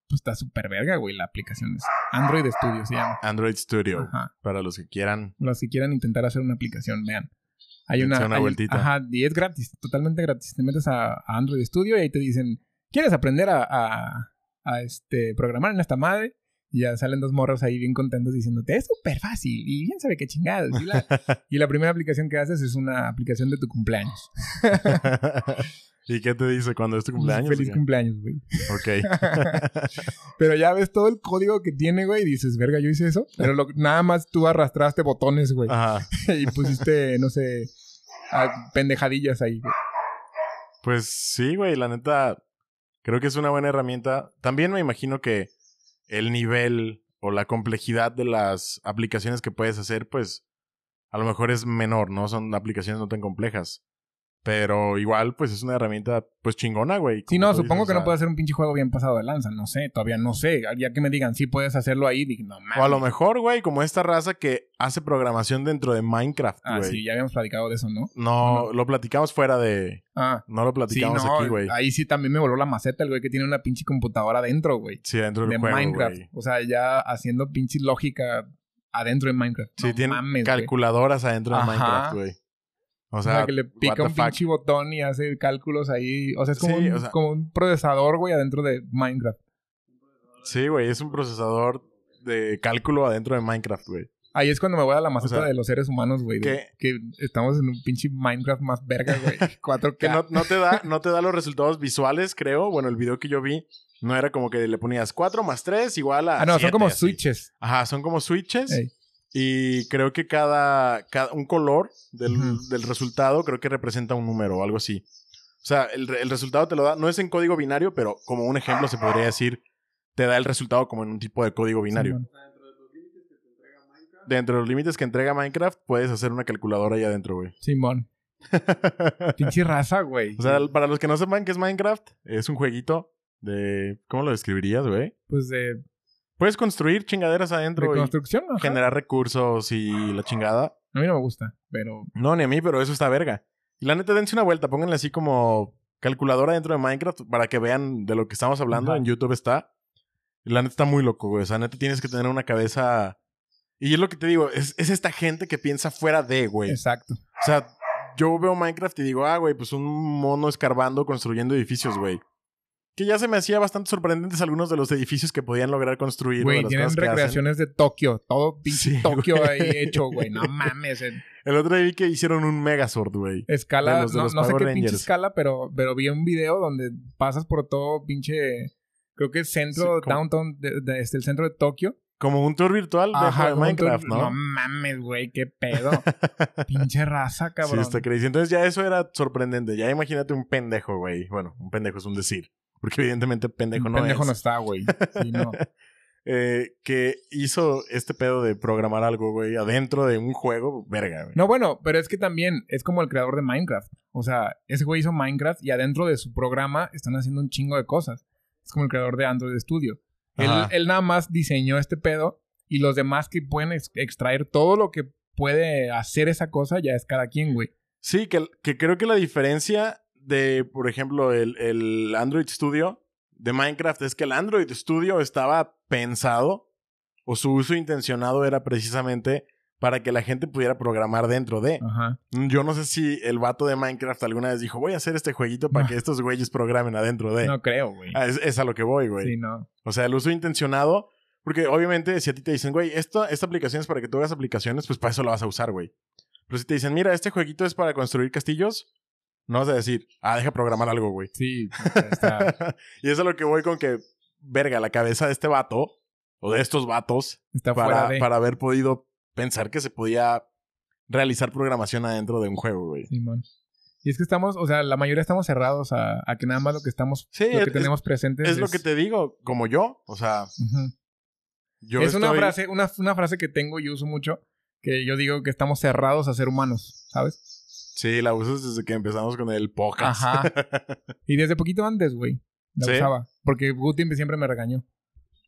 [SPEAKER 2] pues está súper verga, güey, la aplicación es Android Studio se llama.
[SPEAKER 1] Android Studio.
[SPEAKER 2] Ajá.
[SPEAKER 1] Para los que quieran.
[SPEAKER 2] Los que quieran intentar hacer una aplicación, vean. Hay una,
[SPEAKER 1] Dense una
[SPEAKER 2] hay-
[SPEAKER 1] vueltita.
[SPEAKER 2] Ajá, y es gratis, totalmente gratis. Te metes a, a Android Studio y ahí te dicen, ¿quieres aprender a, a- a, este, programar en esta madre? Y ya salen dos morros ahí bien contentos diciéndote, es súper fácil y bien sabe qué chingados. Y la, y la primera aplicación que haces es una aplicación de tu cumpleaños.
[SPEAKER 1] ¿Y qué te dice cuando es tu cumpleaños?
[SPEAKER 2] Pues, Feliz
[SPEAKER 1] o qué?
[SPEAKER 2] cumpleaños, güey.
[SPEAKER 1] Ok.
[SPEAKER 2] Pero ya ves todo el código que tiene, güey, y dices, verga, yo hice eso. Pero lo- nada más tú arrastraste botones, güey.
[SPEAKER 1] Ajá.
[SPEAKER 2] y pusiste, no sé, a- pendejadillas ahí. güey.
[SPEAKER 1] Pues sí, güey, la neta, creo que es una buena herramienta. También me imagino que el nivel o la complejidad de las aplicaciones que puedes hacer, pues a lo mejor es menor, ¿no? Son aplicaciones no tan complejas. Pero igual, pues es una herramienta, pues chingona, güey. como
[SPEAKER 2] Sí, no,
[SPEAKER 1] tú dices,
[SPEAKER 2] supongo
[SPEAKER 1] o
[SPEAKER 2] que no
[SPEAKER 1] sea,
[SPEAKER 2] puedo hacer un pinche juego bien pasado de lanza, no sé, todavía no sé. Ya que me digan, sí puedes hacerlo ahí, dije, no mames.
[SPEAKER 1] O a lo mejor, güey, como esta raza que hace programación dentro de Minecraft,
[SPEAKER 2] Ah,
[SPEAKER 1] güey.
[SPEAKER 2] sí, ya habíamos platicado de eso, ¿no?
[SPEAKER 1] No, lo platicamos fuera de.
[SPEAKER 2] Ah,
[SPEAKER 1] No lo
[SPEAKER 2] sí,
[SPEAKER 1] platicamos
[SPEAKER 2] no,
[SPEAKER 1] aquí, güey.
[SPEAKER 2] ahí sí también me voló la maceta el güey que tiene una pinche computadora adentro, güey.
[SPEAKER 1] Sí, dentro del
[SPEAKER 2] De
[SPEAKER 1] juego,
[SPEAKER 2] Minecraft.
[SPEAKER 1] güey.
[SPEAKER 2] O sea, ya haciendo pinche lógica adentro de Minecraft.
[SPEAKER 1] Sí,
[SPEAKER 2] no
[SPEAKER 1] tienen
[SPEAKER 2] mames, güey.
[SPEAKER 1] calculadoras adentro de
[SPEAKER 2] Ajá.
[SPEAKER 1] Minecraft, güey. O
[SPEAKER 2] O sea,
[SPEAKER 1] sea,
[SPEAKER 2] que le
[SPEAKER 1] what
[SPEAKER 2] pica
[SPEAKER 1] the
[SPEAKER 2] un
[SPEAKER 1] fuck.
[SPEAKER 2] pinche botón y hace cálculos ahí. O sea, es como,
[SPEAKER 1] Sí,
[SPEAKER 2] un,
[SPEAKER 1] o sea-
[SPEAKER 2] como un procesador, güey, adentro de Minecraft.
[SPEAKER 1] Sí, güey, es un procesador de cálculo adentro de Minecraft, güey.
[SPEAKER 2] Ahí es cuando me voy a la maceta
[SPEAKER 1] sea,
[SPEAKER 2] de los seres humanos, güey. de Que estamos en un pinche Minecraft más verga, güey. 4K.
[SPEAKER 1] Que no, no te da, no te da los resultados visuales, creo. Bueno, el video que yo vi no era como que le ponías 4 más 3 igual a.
[SPEAKER 2] ah, no, son
[SPEAKER 1] siete,
[SPEAKER 2] como
[SPEAKER 1] así.
[SPEAKER 2] switches.
[SPEAKER 1] Ajá, son como switches.
[SPEAKER 2] Ey.
[SPEAKER 1] Y creo que cada, cada- un color del,
[SPEAKER 2] Ujú.
[SPEAKER 1] del resultado creo que representa un número o algo así. O sea, el, re- el resultado te lo da, no es en código binario, pero como un ejemplo se podría decir, te da el resultado como en un tipo de código binario.
[SPEAKER 2] Simón.
[SPEAKER 1] Dentro de los límites que entrega Minecraft, puedes hacer una calculadora ahí adentro, güey.
[SPEAKER 2] Simón. pinche raza, güey.
[SPEAKER 1] O sea, para los que no sepan qué es Minecraft, es un jueguito de... ¿Cómo lo describirías, güey?
[SPEAKER 2] pues de, de
[SPEAKER 1] Puedes construir chingaderas adentro y
[SPEAKER 2] construcción, ajá.
[SPEAKER 1] generar recursos y la chingada.
[SPEAKER 2] A mí no me gusta, pero
[SPEAKER 1] No, ni a mí, pero eso está verga. Y la neta, dense una vuelta, pónganle así como calculadora dentro de Minecraft para que vean de lo que estamos hablando.
[SPEAKER 2] Ajá.
[SPEAKER 1] En YouTube está. Y la neta está muy loco, güey. O sea, neta tienes que tener una cabeza. Y es lo que te digo, es, es esta gente que piensa fuera de, güey.
[SPEAKER 2] exacto.
[SPEAKER 1] O sea, yo veo Minecraft y digo, ah, güey, pues un mono escarbando, construyendo edificios, güey. Que ya se me hacía bastante sorprendentes algunos de los edificios que podían lograr construir. o de
[SPEAKER 2] Güey,
[SPEAKER 1] las
[SPEAKER 2] tienen
[SPEAKER 1] cosas que hacen.
[SPEAKER 2] recreaciones de Tokio. Todo pinche
[SPEAKER 1] Sí,
[SPEAKER 2] Tokio
[SPEAKER 1] güey.
[SPEAKER 2] ahí hecho, güey. No mames. en
[SPEAKER 1] El otro día vi que hicieron un Megazord, güey.
[SPEAKER 2] escala,
[SPEAKER 1] De los- de
[SPEAKER 2] no,
[SPEAKER 1] los
[SPEAKER 2] no sé qué
[SPEAKER 1] Power
[SPEAKER 2] pinche
[SPEAKER 1] Rangers.
[SPEAKER 2] escala, pero, pero vi un video donde pasas por todo pinche. Creo que centro,
[SPEAKER 1] Sí, como-
[SPEAKER 2] downtown, de, de- este, el centro de Tokio.
[SPEAKER 1] Como un tour virtual dentro de
[SPEAKER 2] como un tour-
[SPEAKER 1] Minecraft,
[SPEAKER 2] No mames, güey, qué pedo. pinche raza, cabrón.
[SPEAKER 1] Sí, está crazy. Entonces ya eso era sorprendente. Ya imagínate un pendejo, güey. Bueno, un pendejo es un decir. Porque evidentemente pendejo
[SPEAKER 2] Un
[SPEAKER 1] no
[SPEAKER 2] pendejo
[SPEAKER 1] es.
[SPEAKER 2] no está, güey. Sí, no.
[SPEAKER 1] Eh, que hizo este pedo de programar algo, güey, adentro de un juego. Verga, güey.
[SPEAKER 2] No, bueno, pero es que también es como el creador de Minecraft. O sea, ese güey hizo Minecraft y adentro de su programa están haciendo un chingo de cosas. Es como el creador de Android Studio. Él,
[SPEAKER 1] Ajá.
[SPEAKER 2] él nada más diseñó este pedo y los demás que pueden ex- extraer todo lo que puede hacer esa cosa ya es cada quien, güey.
[SPEAKER 1] Sí, que, que creo que la diferencia de, por ejemplo, el, el Android Studio de Minecraft es que el Android Studio estaba pensado o su uso intencionado era precisamente para que la gente pudiera programar dentro de. Mm,
[SPEAKER 2] Ajá.
[SPEAKER 1] Yo no sé si el vato de Minecraft alguna vez dijo, voy a hacer este jueguito para
[SPEAKER 2] No.
[SPEAKER 1] que estos güeyes programen adentro de.
[SPEAKER 2] No creo, güey.
[SPEAKER 1] Ah, es, es a lo que voy, güey.
[SPEAKER 2] Sí, no.
[SPEAKER 1] O sea, el uso intencionado, porque obviamente si a ti te dicen, güey, esto, esta aplicación es para que tú hagas aplicaciones, pues para eso la vas a usar, güey. Pero si te dicen, mira, este jueguito es para construir castillos, no vas a decir, ah, deja programar algo, güey.
[SPEAKER 2] Sí, o sea, está,
[SPEAKER 1] y eso es a lo que voy con que, verga, la cabeza de este vato, o de estos vatos,
[SPEAKER 2] está fuera
[SPEAKER 1] para,
[SPEAKER 2] de...
[SPEAKER 1] para haber podido pensar que se podía realizar programación adentro de un juego, güey.
[SPEAKER 2] Simón. Y es que estamos, o sea, la mayoría estamos cerrados a, a que nada más lo que estamos,
[SPEAKER 1] Sí,
[SPEAKER 2] lo que
[SPEAKER 1] es-
[SPEAKER 2] tenemos presente
[SPEAKER 1] Es lo que te digo, como yo, o sea,
[SPEAKER 2] Ujú.
[SPEAKER 1] yo
[SPEAKER 2] es una
[SPEAKER 1] estoy-
[SPEAKER 2] frase, una, una frase que tengo y uso mucho, que yo digo que estamos cerrados a ser humanos, ¿sabes?
[SPEAKER 1] Sí, la usas desde que empezamos con el podcast.
[SPEAKER 2] Ajá. y desde poquito antes, güey, la
[SPEAKER 1] Sí.
[SPEAKER 2] usaba. Porque Guti siempre me regañó.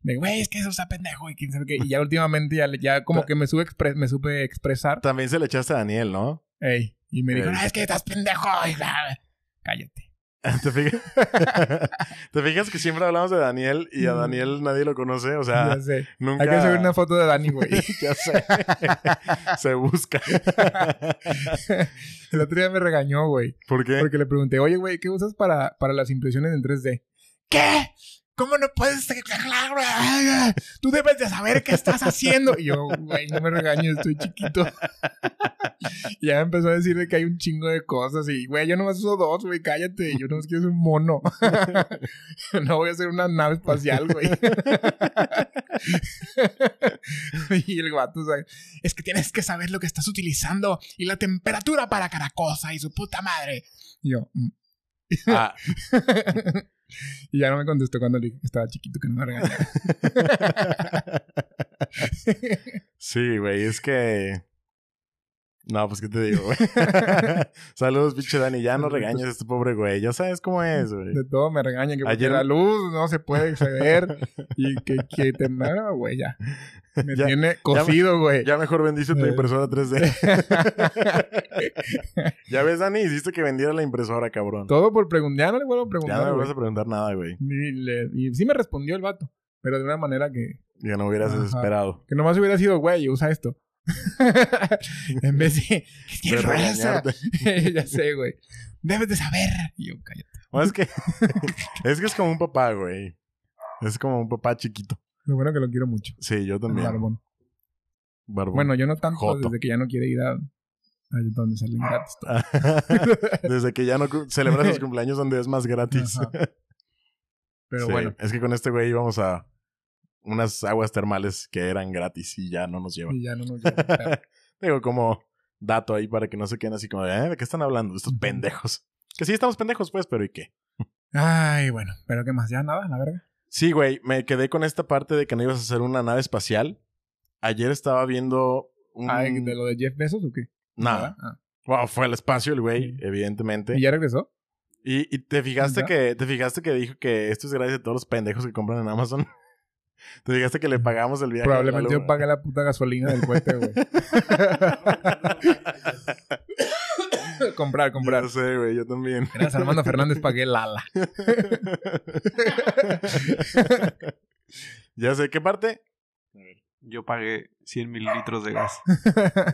[SPEAKER 2] De, güey, es que eso está pendejo y quién sabe qué. Y ya últimamente ya, le- ya como que me, sube expre- me supe expresar.
[SPEAKER 1] También se le echaste a Daniel, ¿no?
[SPEAKER 2] Ey, y me dijo,
[SPEAKER 1] Ey.
[SPEAKER 2] "No, es que estás pendejo. y bla, bla". Cállate.
[SPEAKER 1] ¿Te fijas? ¿Te fijas que siempre hablamos de Daniel y a
[SPEAKER 2] Mm.
[SPEAKER 1] Daniel nadie lo conoce? O sea,
[SPEAKER 2] Ya sé.
[SPEAKER 1] nunca...
[SPEAKER 2] Hay que subir una foto de Dani, güey.
[SPEAKER 1] ya sé. se busca.
[SPEAKER 2] El otro día me regañó, güey.
[SPEAKER 1] ¿Por qué?
[SPEAKER 2] Porque le pregunté, oye, güey, ¿qué usas para, para las impresiones en 3D? ¿Qué? ¿Cómo no puedes teclar, güey? Ay, ay, Tú debes de saber qué estás haciendo. Y yo, güey, no me regañes, estoy chiquito. Y ya me empezó a decir de que hay un chingo de cosas. Y, güey, yo nomás uso dos, güey, cállate. Yo nomás quiero ser un mono. No voy a hacer una nave espacial, güey. Y el guato, o sea, es que tienes que saber lo que estás utilizando y la temperatura para cada cosa y su puta madre. Y yo, "Mm".
[SPEAKER 1] Ah,
[SPEAKER 2] y ya no me contestó cuando le dije que estaba chiquito, que no me regañara.
[SPEAKER 1] sí, güey, es que... No, pues, ¿qué te digo, güey? Saludos, pinche Dani. Ya no regañes a este pobre güey. Ya sabes cómo es, güey.
[SPEAKER 2] De todo me regaña, que porque
[SPEAKER 1] Ayer-
[SPEAKER 2] la luz no se puede exceder y que, que te... No, güey, ya. Me
[SPEAKER 1] Ya-
[SPEAKER 2] tiene cocido, güey.
[SPEAKER 1] Ya mejor bendice tu
[SPEAKER 2] Eh.
[SPEAKER 1] impresora 3D. ya ves, Dani, hiciste que vendiera la impresora, cabrón.
[SPEAKER 2] Todo por preguntar. Ya no le
[SPEAKER 1] Ya
[SPEAKER 2] vuelvo a
[SPEAKER 1] no
[SPEAKER 2] preguntar,
[SPEAKER 1] me
[SPEAKER 2] güey.
[SPEAKER 1] vas a preguntar nada, güey.
[SPEAKER 2] Y, le- y sí me respondió el vato, pero de una manera que...
[SPEAKER 1] Ya no hubieras
[SPEAKER 2] Ajá.
[SPEAKER 1] desesperado.
[SPEAKER 2] Que nomás hubiera sido, güey, usa esto. en vez de... Es que
[SPEAKER 1] De
[SPEAKER 2] raza.
[SPEAKER 1] regañarte.
[SPEAKER 2] ya sé, güey. Debes de saber. Y yo, cállate.
[SPEAKER 1] No, es que es que es como un papá, güey. Es como un papá chiquito.
[SPEAKER 2] Lo bueno que lo quiero mucho.
[SPEAKER 1] Sí, yo
[SPEAKER 2] el
[SPEAKER 1] también.
[SPEAKER 2] barbón.
[SPEAKER 1] Barbón.
[SPEAKER 2] Bueno, yo no tanto
[SPEAKER 1] Joto.
[SPEAKER 2] desde que ya no quiere ir a, a donde salen gratis.
[SPEAKER 1] Desde que ya no cu- celebra sus cumpleaños donde es más gratis.
[SPEAKER 2] Ajá. Pero
[SPEAKER 1] Sí,
[SPEAKER 2] bueno,
[SPEAKER 1] Es que con este güey íbamos a unas aguas termales que eran gratis y ya no nos llevan.
[SPEAKER 2] y ya no nos lleva. Claro.
[SPEAKER 1] Digo, como dato ahí para que no se queden así como, "Eh, ¿de qué están hablando? Estos
[SPEAKER 2] Ujú.
[SPEAKER 1] pendejos. Que sí estamos pendejos, pues, pero ¿y qué?
[SPEAKER 2] Ay, bueno, pero qué más, ya nada, la verga.
[SPEAKER 1] Sí, güey, me quedé con esta parte de que no ibas a hacer una nave espacial. Ayer estaba viendo un...
[SPEAKER 2] Ay, Ah, ¿De lo de Jeff Bezos o qué?
[SPEAKER 1] Mm. Nada.
[SPEAKER 2] Ah,
[SPEAKER 1] Bueno, fue al espacio el güey,
[SPEAKER 2] Sí.
[SPEAKER 1] evidentemente.
[SPEAKER 2] Mm. ¿Y ya regresó?
[SPEAKER 1] Y, y te fijaste
[SPEAKER 2] ¿Ya?
[SPEAKER 1] que te fijaste que dijo que esto es gracias a todos los pendejos que compran en Amazon. Te fijaste que le pagamos el viaje. a la
[SPEAKER 2] Mm. Probablemente yo
[SPEAKER 1] luna?
[SPEAKER 2] pagué la puta gasolina del cohete, güey. comprar,
[SPEAKER 1] Yo
[SPEAKER 2] comprar.
[SPEAKER 1] No sé, güey, yo también.
[SPEAKER 2] Gracias, Armando Fernández, pagué el ala.
[SPEAKER 1] ya sé qué parte.
[SPEAKER 3] Yo pagué 100 mililitros de gas.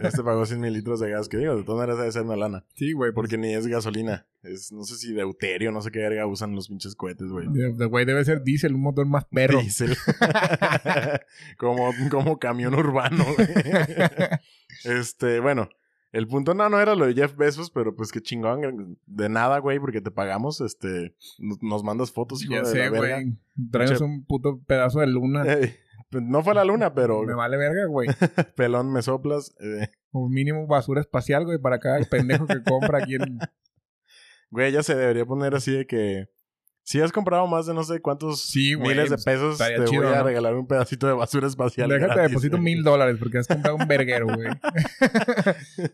[SPEAKER 1] Este pagó 100 mil litros de gas, que digo, de todas maneras debe ser una lana.
[SPEAKER 2] Sí, güey, porque
[SPEAKER 1] Porque ni es gasolina. Es, no sé si deuterio, no sé qué verga usan los pinches cohetes, güey.
[SPEAKER 2] de- de- Este güey debe ser diésel, un motor más perro.
[SPEAKER 1] Diesel. como, como camión urbano, güey. Este, bueno, el punto no, no era lo de Jeff Bezos, pero pues qué chingón. De nada, güey, porque te pagamos. Este, no- nos mandas fotos, hijo
[SPEAKER 2] ya
[SPEAKER 1] de
[SPEAKER 2] sé,
[SPEAKER 1] la verga.
[SPEAKER 2] güey. Traemos
[SPEAKER 1] Che-
[SPEAKER 2] un puto pedazo de luna.
[SPEAKER 1] Ey, pues, no fue a la luna, pero
[SPEAKER 2] Me vale verga, güey.
[SPEAKER 1] pelón me soplas. eh.
[SPEAKER 2] O mínimo basura espacial, güey, para cada pendejo que compra aquí en...
[SPEAKER 1] güey, ya se debería poner así de que. Si has comprado más de no sé cuántos
[SPEAKER 2] Sí, güey,
[SPEAKER 1] miles de
[SPEAKER 2] pues,
[SPEAKER 1] pesos, te
[SPEAKER 2] estaría
[SPEAKER 1] voy
[SPEAKER 2] chido,
[SPEAKER 1] a
[SPEAKER 2] ¿no?
[SPEAKER 1] regalar un pedacito de basura espacial.
[SPEAKER 2] Déjate,
[SPEAKER 1] gratis,
[SPEAKER 2] deposito
[SPEAKER 1] güey.
[SPEAKER 2] mil dólares porque has comprado un verguero, güey.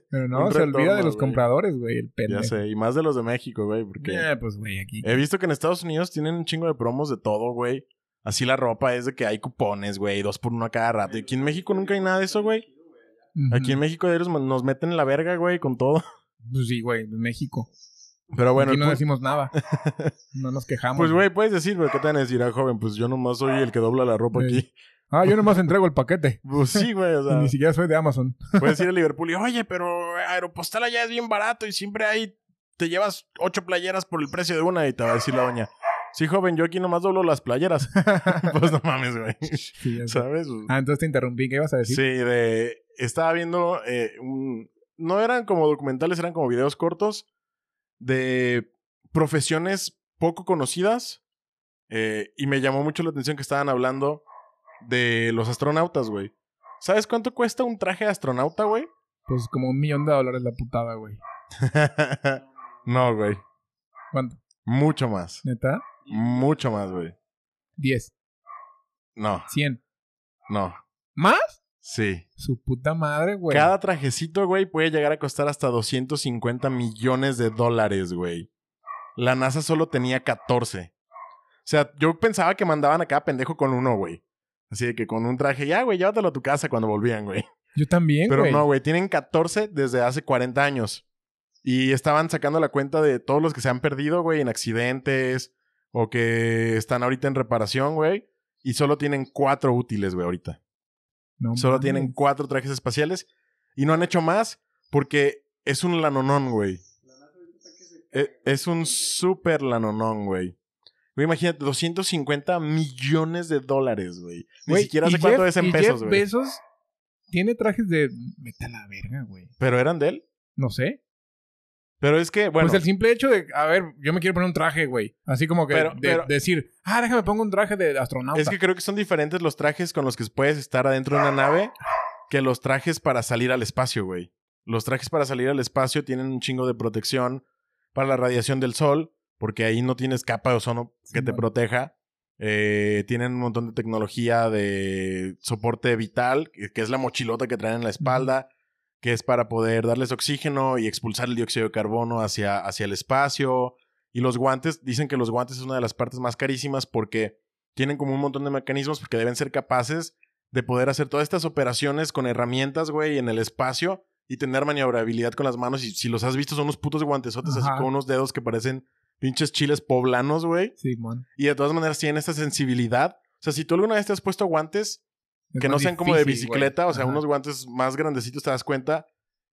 [SPEAKER 2] Pero no,
[SPEAKER 1] Un
[SPEAKER 2] se olvida de
[SPEAKER 1] retorno, güey.
[SPEAKER 2] los compradores, güey, el pendejo.
[SPEAKER 1] Ya sé, y más de los de México, güey, porque.
[SPEAKER 2] Eh, pues, güey, aquí.
[SPEAKER 1] He visto que en Estados Unidos tienen un chingo de promos de todo, güey. Así la ropa es de que hay cupones, güey, dos por uno a cada rato. Y aquí en México nunca hay nada de eso, güey.
[SPEAKER 2] Ujú.
[SPEAKER 1] Aquí en México ellos nos meten en la verga, güey, con todo.
[SPEAKER 2] Pues sí, güey, en México.
[SPEAKER 1] Pero bueno, el
[SPEAKER 2] aquí no
[SPEAKER 1] pu-
[SPEAKER 2] decimos nada. No nos quejamos.
[SPEAKER 1] pues güey, puedes decir, güey, ¿qué te van a decir, ah, joven? Pues yo nomás soy el que dobla la ropa
[SPEAKER 2] Sí.
[SPEAKER 1] aquí.
[SPEAKER 2] Ah, yo nomás entrego el paquete.
[SPEAKER 1] Pues sí, güey, o
[SPEAKER 2] Y ni
[SPEAKER 1] sea,
[SPEAKER 2] siquiera soy de Amazon.
[SPEAKER 1] puedes ir a Liverpool y, oye, pero Aeropostal allá es bien barato y siempre hay, te llevas ocho playeras por el precio de una y te va a decir la doña. Sí, joven, yo aquí nomás doblo las playeras. pues no mames, güey.
[SPEAKER 2] Sí, ya sé.
[SPEAKER 1] ¿Sabes?
[SPEAKER 2] Ah, entonces te interrumpí. ¿Qué ibas a decir?
[SPEAKER 1] Sí, de. Estaba viendo. eh, un- no eran como documentales, eran como videos cortos de profesiones poco conocidas. eh, y me llamó mucho la atención que estaban hablando de los astronautas, güey. ¿Sabes cuánto cuesta un traje de astronauta, güey?
[SPEAKER 2] Pues como un millón de dólares la putada, güey.
[SPEAKER 1] no, güey.
[SPEAKER 2] ¿Cuánto?
[SPEAKER 1] Mucho más.
[SPEAKER 2] ¿Neta?
[SPEAKER 1] Mucho más, güey.
[SPEAKER 2] Diez.
[SPEAKER 1] No,
[SPEAKER 2] Cien.
[SPEAKER 1] no.
[SPEAKER 2] ¿Más?
[SPEAKER 1] Sí.
[SPEAKER 2] Su puta madre, güey.
[SPEAKER 1] Cada trajecito, güey, puede llegar a costar hasta 250 millones de dólares, güey. La NASA solo tenía 14. O sea, yo pensaba que mandaban a cada pendejo con uno, güey. Así de que con un traje, ya, güey, llévatelo a tu casa cuando volvían, güey.
[SPEAKER 2] Yo también,
[SPEAKER 1] Pero
[SPEAKER 2] güey.
[SPEAKER 1] no, güey, tienen 14 desde hace 40 años. Y estaban sacando la cuenta de todos los que se han perdido, güey, en accidentes o que están ahorita en reparación, güey. Y solo tienen cuatro útiles, güey, ahorita.
[SPEAKER 2] No
[SPEAKER 1] Solo
[SPEAKER 2] mames.
[SPEAKER 1] tienen cuatro trajes espaciales y no han hecho más porque es un lanonón, güey. E- Es un super lanonón, güey. Güey, imagínate, 250 millones de dólares, güey. Ni
[SPEAKER 2] Güey,
[SPEAKER 1] siquiera
[SPEAKER 2] y
[SPEAKER 1] sé cuánto
[SPEAKER 2] Jeff-
[SPEAKER 1] es en
[SPEAKER 2] y
[SPEAKER 1] pesos,
[SPEAKER 2] Jeff
[SPEAKER 1] güey.
[SPEAKER 2] Bezos tiene trajes de... Vete a la verga, güey.
[SPEAKER 1] Pero eran de él.
[SPEAKER 2] No sé.
[SPEAKER 1] Pero es que, bueno,
[SPEAKER 2] Pues el simple hecho de... A ver, yo me quiero poner un traje, güey. Así como que
[SPEAKER 1] Pero-
[SPEAKER 2] de-
[SPEAKER 1] pero-
[SPEAKER 2] decir... Ah, déjame pongo un traje de astronauta.
[SPEAKER 1] es que creo que son diferentes los trajes con los que puedes estar adentro de una nave que los trajes para salir al espacio, güey. Los trajes para salir al espacio tienen un chingo de protección para la radiación del sol, porque ahí no tienes capa de ozono que
[SPEAKER 2] Sí,
[SPEAKER 1] te
[SPEAKER 2] no.
[SPEAKER 1] proteja. Eh, tienen un montón de tecnología de soporte vital, que que es la mochilota que traen en la espalda, que es para poder darles oxígeno y expulsar el dióxido de carbono hacia, hacia el espacio. Y los guantes, dicen que los guantes es una de las partes más carísimas porque tienen como un montón de mecanismos que deben ser capaces de poder hacer todas estas operaciones con herramientas, güey, en el espacio y tener maniobrabilidad con las manos. Y si los has visto, son unos putos guantesotes así
[SPEAKER 2] Ajá.
[SPEAKER 1] con unos dedos que parecen pinches chiles poblanos, güey.
[SPEAKER 2] Sí, man.
[SPEAKER 1] Y de todas maneras tienen esta sensibilidad. O sea, si tú alguna vez te has puesto guantes
[SPEAKER 2] Es
[SPEAKER 1] que no
[SPEAKER 2] más
[SPEAKER 1] sean como de
[SPEAKER 2] difícil, güey.
[SPEAKER 1] bicicleta, o sea,
[SPEAKER 2] Ajá.
[SPEAKER 1] unos guantes más grandecitos, te das cuenta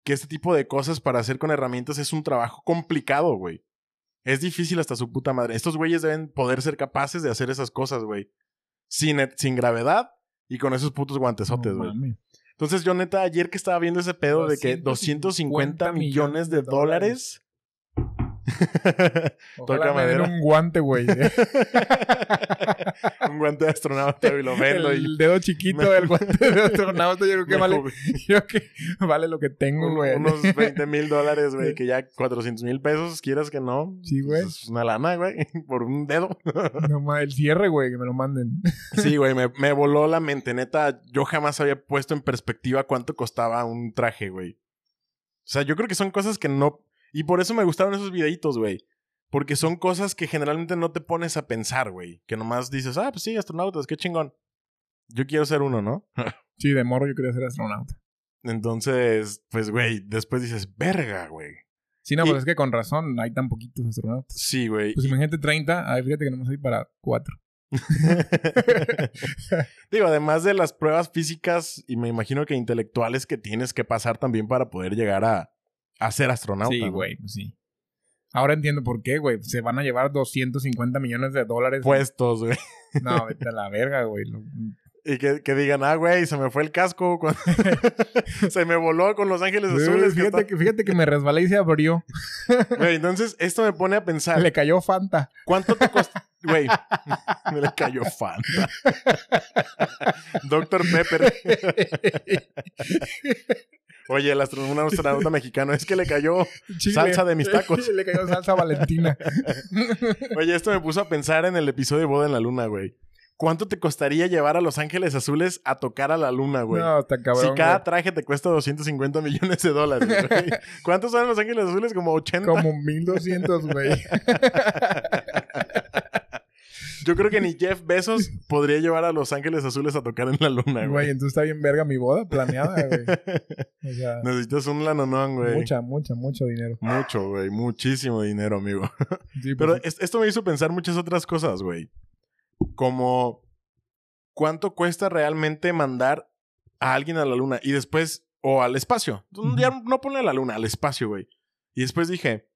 [SPEAKER 1] que este tipo de cosas para hacer con herramientas es un trabajo complicado, güey. Es difícil hasta su puta madre. Estos güeyes deben poder ser capaces de e, hacer esas cosas, güey. Sin, sin gravedad y con esos putos guantesotes,
[SPEAKER 2] No
[SPEAKER 1] güey.
[SPEAKER 2] mames.
[SPEAKER 1] Entonces, yo neta, ayer que estaba viendo ese pedo de que
[SPEAKER 2] 250
[SPEAKER 1] 250 millones de dólares.
[SPEAKER 2] Ojalá
[SPEAKER 1] Toca
[SPEAKER 2] me den
[SPEAKER 1] madera.
[SPEAKER 2] un guante, güey.
[SPEAKER 1] un guante de astronauta y lo vendo y
[SPEAKER 2] El dedo chiquito del guante de astronauta, yo creo que
[SPEAKER 1] me
[SPEAKER 2] vale,
[SPEAKER 1] jubi-
[SPEAKER 2] yo creo que vale lo que tengo, güey.
[SPEAKER 1] unos 20 mil dólares, güey, que ya 400 mil pesos, quieras que no.
[SPEAKER 2] Sí,
[SPEAKER 1] pues
[SPEAKER 2] güey.
[SPEAKER 1] Es una lana, güey, por un dedo.
[SPEAKER 2] No mames, el cierre, güey, que me lo manden.
[SPEAKER 1] Sí, güey, me, me voló la mente. Neta, yo jamás había puesto en perspectiva cuánto costaba un traje, güey. O sea, yo creo que son cosas que no... Y por eso me gustaron esos videitos, güey. Porque son cosas que generalmente no te pones a pensar, güey. Que nomás dices, ah, pues sí, astronautas, qué chingón. Yo quiero ser uno, ¿no?
[SPEAKER 2] Sí, de morro yo quería ser astronauta.
[SPEAKER 1] Entonces, pues, güey, después dices, verga, güey.
[SPEAKER 2] Sí, no,
[SPEAKER 1] Y-
[SPEAKER 2] pues es que con razón hay tan poquitos astronautas.
[SPEAKER 1] Sí, güey.
[SPEAKER 2] Pues imagínate 30, ay, fíjate que nomás hay para 4.
[SPEAKER 1] Digo, además de las pruebas físicas y me imagino que intelectuales que tienes que pasar también para poder llegar a, a ser astronauta.
[SPEAKER 2] Sí,
[SPEAKER 1] ¿no?
[SPEAKER 2] güey, pues sí. Ahora entiendo por qué, güey. Se van a llevar 250 millones de dólares.
[SPEAKER 1] Puestos, güey.
[SPEAKER 2] No, vete a la verga, güey. Lo-
[SPEAKER 1] Y que, que digan, ah, güey, se me fue el casco. cuando- se me voló con Los Ángeles
[SPEAKER 2] Güey,
[SPEAKER 1] Azules. Pues que
[SPEAKER 2] fíjate,
[SPEAKER 1] está-
[SPEAKER 2] que, fíjate que me resbalé y se abrió.
[SPEAKER 1] Güey, entonces, esto me pone a pensar,
[SPEAKER 2] Le cayó Fanta.
[SPEAKER 1] ¿cuánto te costó? Güey, me le cayó Fanta. Doctor Pepper. Oye, el astronauta, un astronauta mexicano, es que le cayó
[SPEAKER 2] Chile.
[SPEAKER 1] salsa de mis tacos.
[SPEAKER 2] Le cayó salsa valentina.
[SPEAKER 1] Oye, esto me puso a pensar en el episodio de Boda en la Luna, güey. ¿Cuánto te costaría llevar a Los Ángeles Azules a tocar a la luna, güey?
[SPEAKER 2] No, está cabrón.
[SPEAKER 1] si cada
[SPEAKER 2] güey.
[SPEAKER 1] traje te cuesta 250 millones de dólares, güey. ¿Cuántos son Los Ángeles Azules? Como 80.
[SPEAKER 2] Como 1200, güey.
[SPEAKER 1] Ah, Yo creo que ni Jeff Bezos podría llevar a Los Ángeles Azules a tocar en la luna,
[SPEAKER 2] Güey,
[SPEAKER 1] güey.
[SPEAKER 2] entonces está bien verga mi boda planeada, güey. O sea,
[SPEAKER 1] Necesitas un lanonón, güey.
[SPEAKER 2] mucha, mucha, mucho dinero.
[SPEAKER 1] Mucho, güey. Muchísimo dinero, amigo.
[SPEAKER 2] Sí,
[SPEAKER 1] Pero
[SPEAKER 2] pues,
[SPEAKER 1] es- esto me hizo pensar muchas otras cosas, güey. Como cuánto cuesta realmente mandar a alguien a la luna y después, o al espacio.
[SPEAKER 2] Ujú.
[SPEAKER 1] Ya no ponle a la luna, al espacio, güey. Y después dije,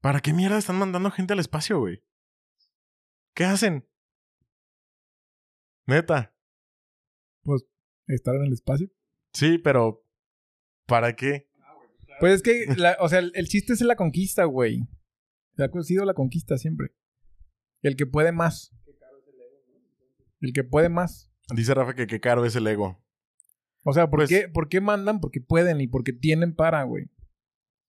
[SPEAKER 1] ¿para qué mierda están mandando gente al espacio, güey? ¿Qué hacen? Neta.
[SPEAKER 2] estar en el espacio.
[SPEAKER 1] Sí, pero ¿para qué?
[SPEAKER 2] Pues es que, la- o sea, el, el chiste es la conquista, güey. Se ha sido la conquista siempre. El que puede más. El que puede más.
[SPEAKER 1] Dice Rafa que qué caro es el ego.
[SPEAKER 2] O sea, ¿por,
[SPEAKER 1] Pues-
[SPEAKER 2] qué, ¿por qué mandan? Porque pueden y porque tienen para, güey.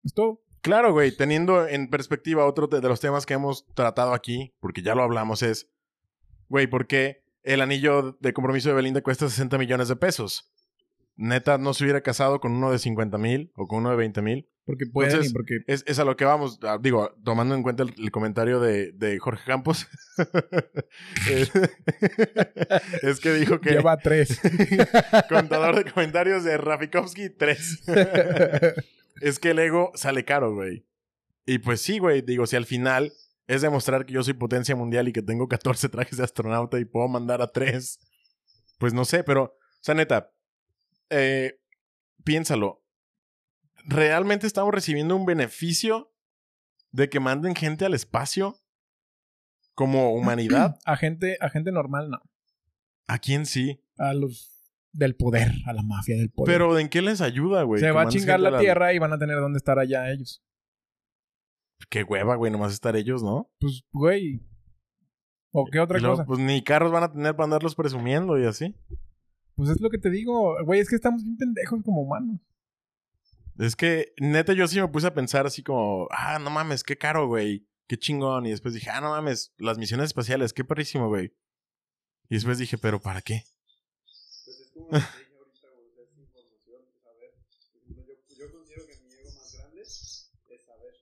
[SPEAKER 2] Es todo.
[SPEAKER 1] Claro, güey, teniendo en perspectiva otro te- de los temas que hemos tratado aquí, porque ya lo hablamos, es, güey, ¿por qué el anillo de compromiso de Belinda cuesta 60 millones de pesos? Neta, no se hubiera casado con uno de 50 mil o con uno de 20 mil.
[SPEAKER 2] Porque pueden
[SPEAKER 1] Entonces-
[SPEAKER 2] y porque...
[SPEAKER 1] Es, es a lo que vamos, ah, digo, tomando en cuenta el, el comentario de, de Jorge Campos. Eh, es que dijo que
[SPEAKER 2] Lleva tres.
[SPEAKER 1] contador de comentarios de Rafikovsky 3. Es que el ego sale caro, güey. Y pues sí, güey. Digo, si al final es demostrar que yo soy potencia mundial y que tengo 14 trajes de astronauta y puedo mandar a 3. Pues no sé, pero, o sea, neta, eh, piénsalo. ¿Realmente estamos recibiendo un beneficio de que manden gente al espacio como humanidad?
[SPEAKER 2] a, gente, a gente normal, no.
[SPEAKER 1] ¿A quién sí?
[SPEAKER 2] A los del poder, a la mafia del poder.
[SPEAKER 1] Pero ¿en qué les ayuda, güey?
[SPEAKER 2] Se
[SPEAKER 1] que
[SPEAKER 2] va a
[SPEAKER 1] mandes
[SPEAKER 2] chingar
[SPEAKER 1] gente
[SPEAKER 2] la tierra y van a tener dónde estar allá ellos.
[SPEAKER 1] Qué hueva, güey, nomás estar ellos, ¿no?
[SPEAKER 2] Pues, güey. ¿O qué otra
[SPEAKER 1] Y luego,
[SPEAKER 2] cosa?
[SPEAKER 1] Pues ni carros van a tener para andarlos presumiendo y así.
[SPEAKER 2] Pues es lo que te digo, güey, es que estamos bien pendejos como humanos.
[SPEAKER 1] Es que, neta, yo sí me puse a pensar así como, ah, no mames, qué caro, güey. Qué chingón. Y después dije, ah, no mames, las misiones espaciales, qué perrísimo, güey. Y después dije, pero ¿para qué?
[SPEAKER 3] Pues es como lo que dije ahorita, güey, o sea, es información, es saber. Por ejemplo, Yo, yo considero que mi ego más grande es saber.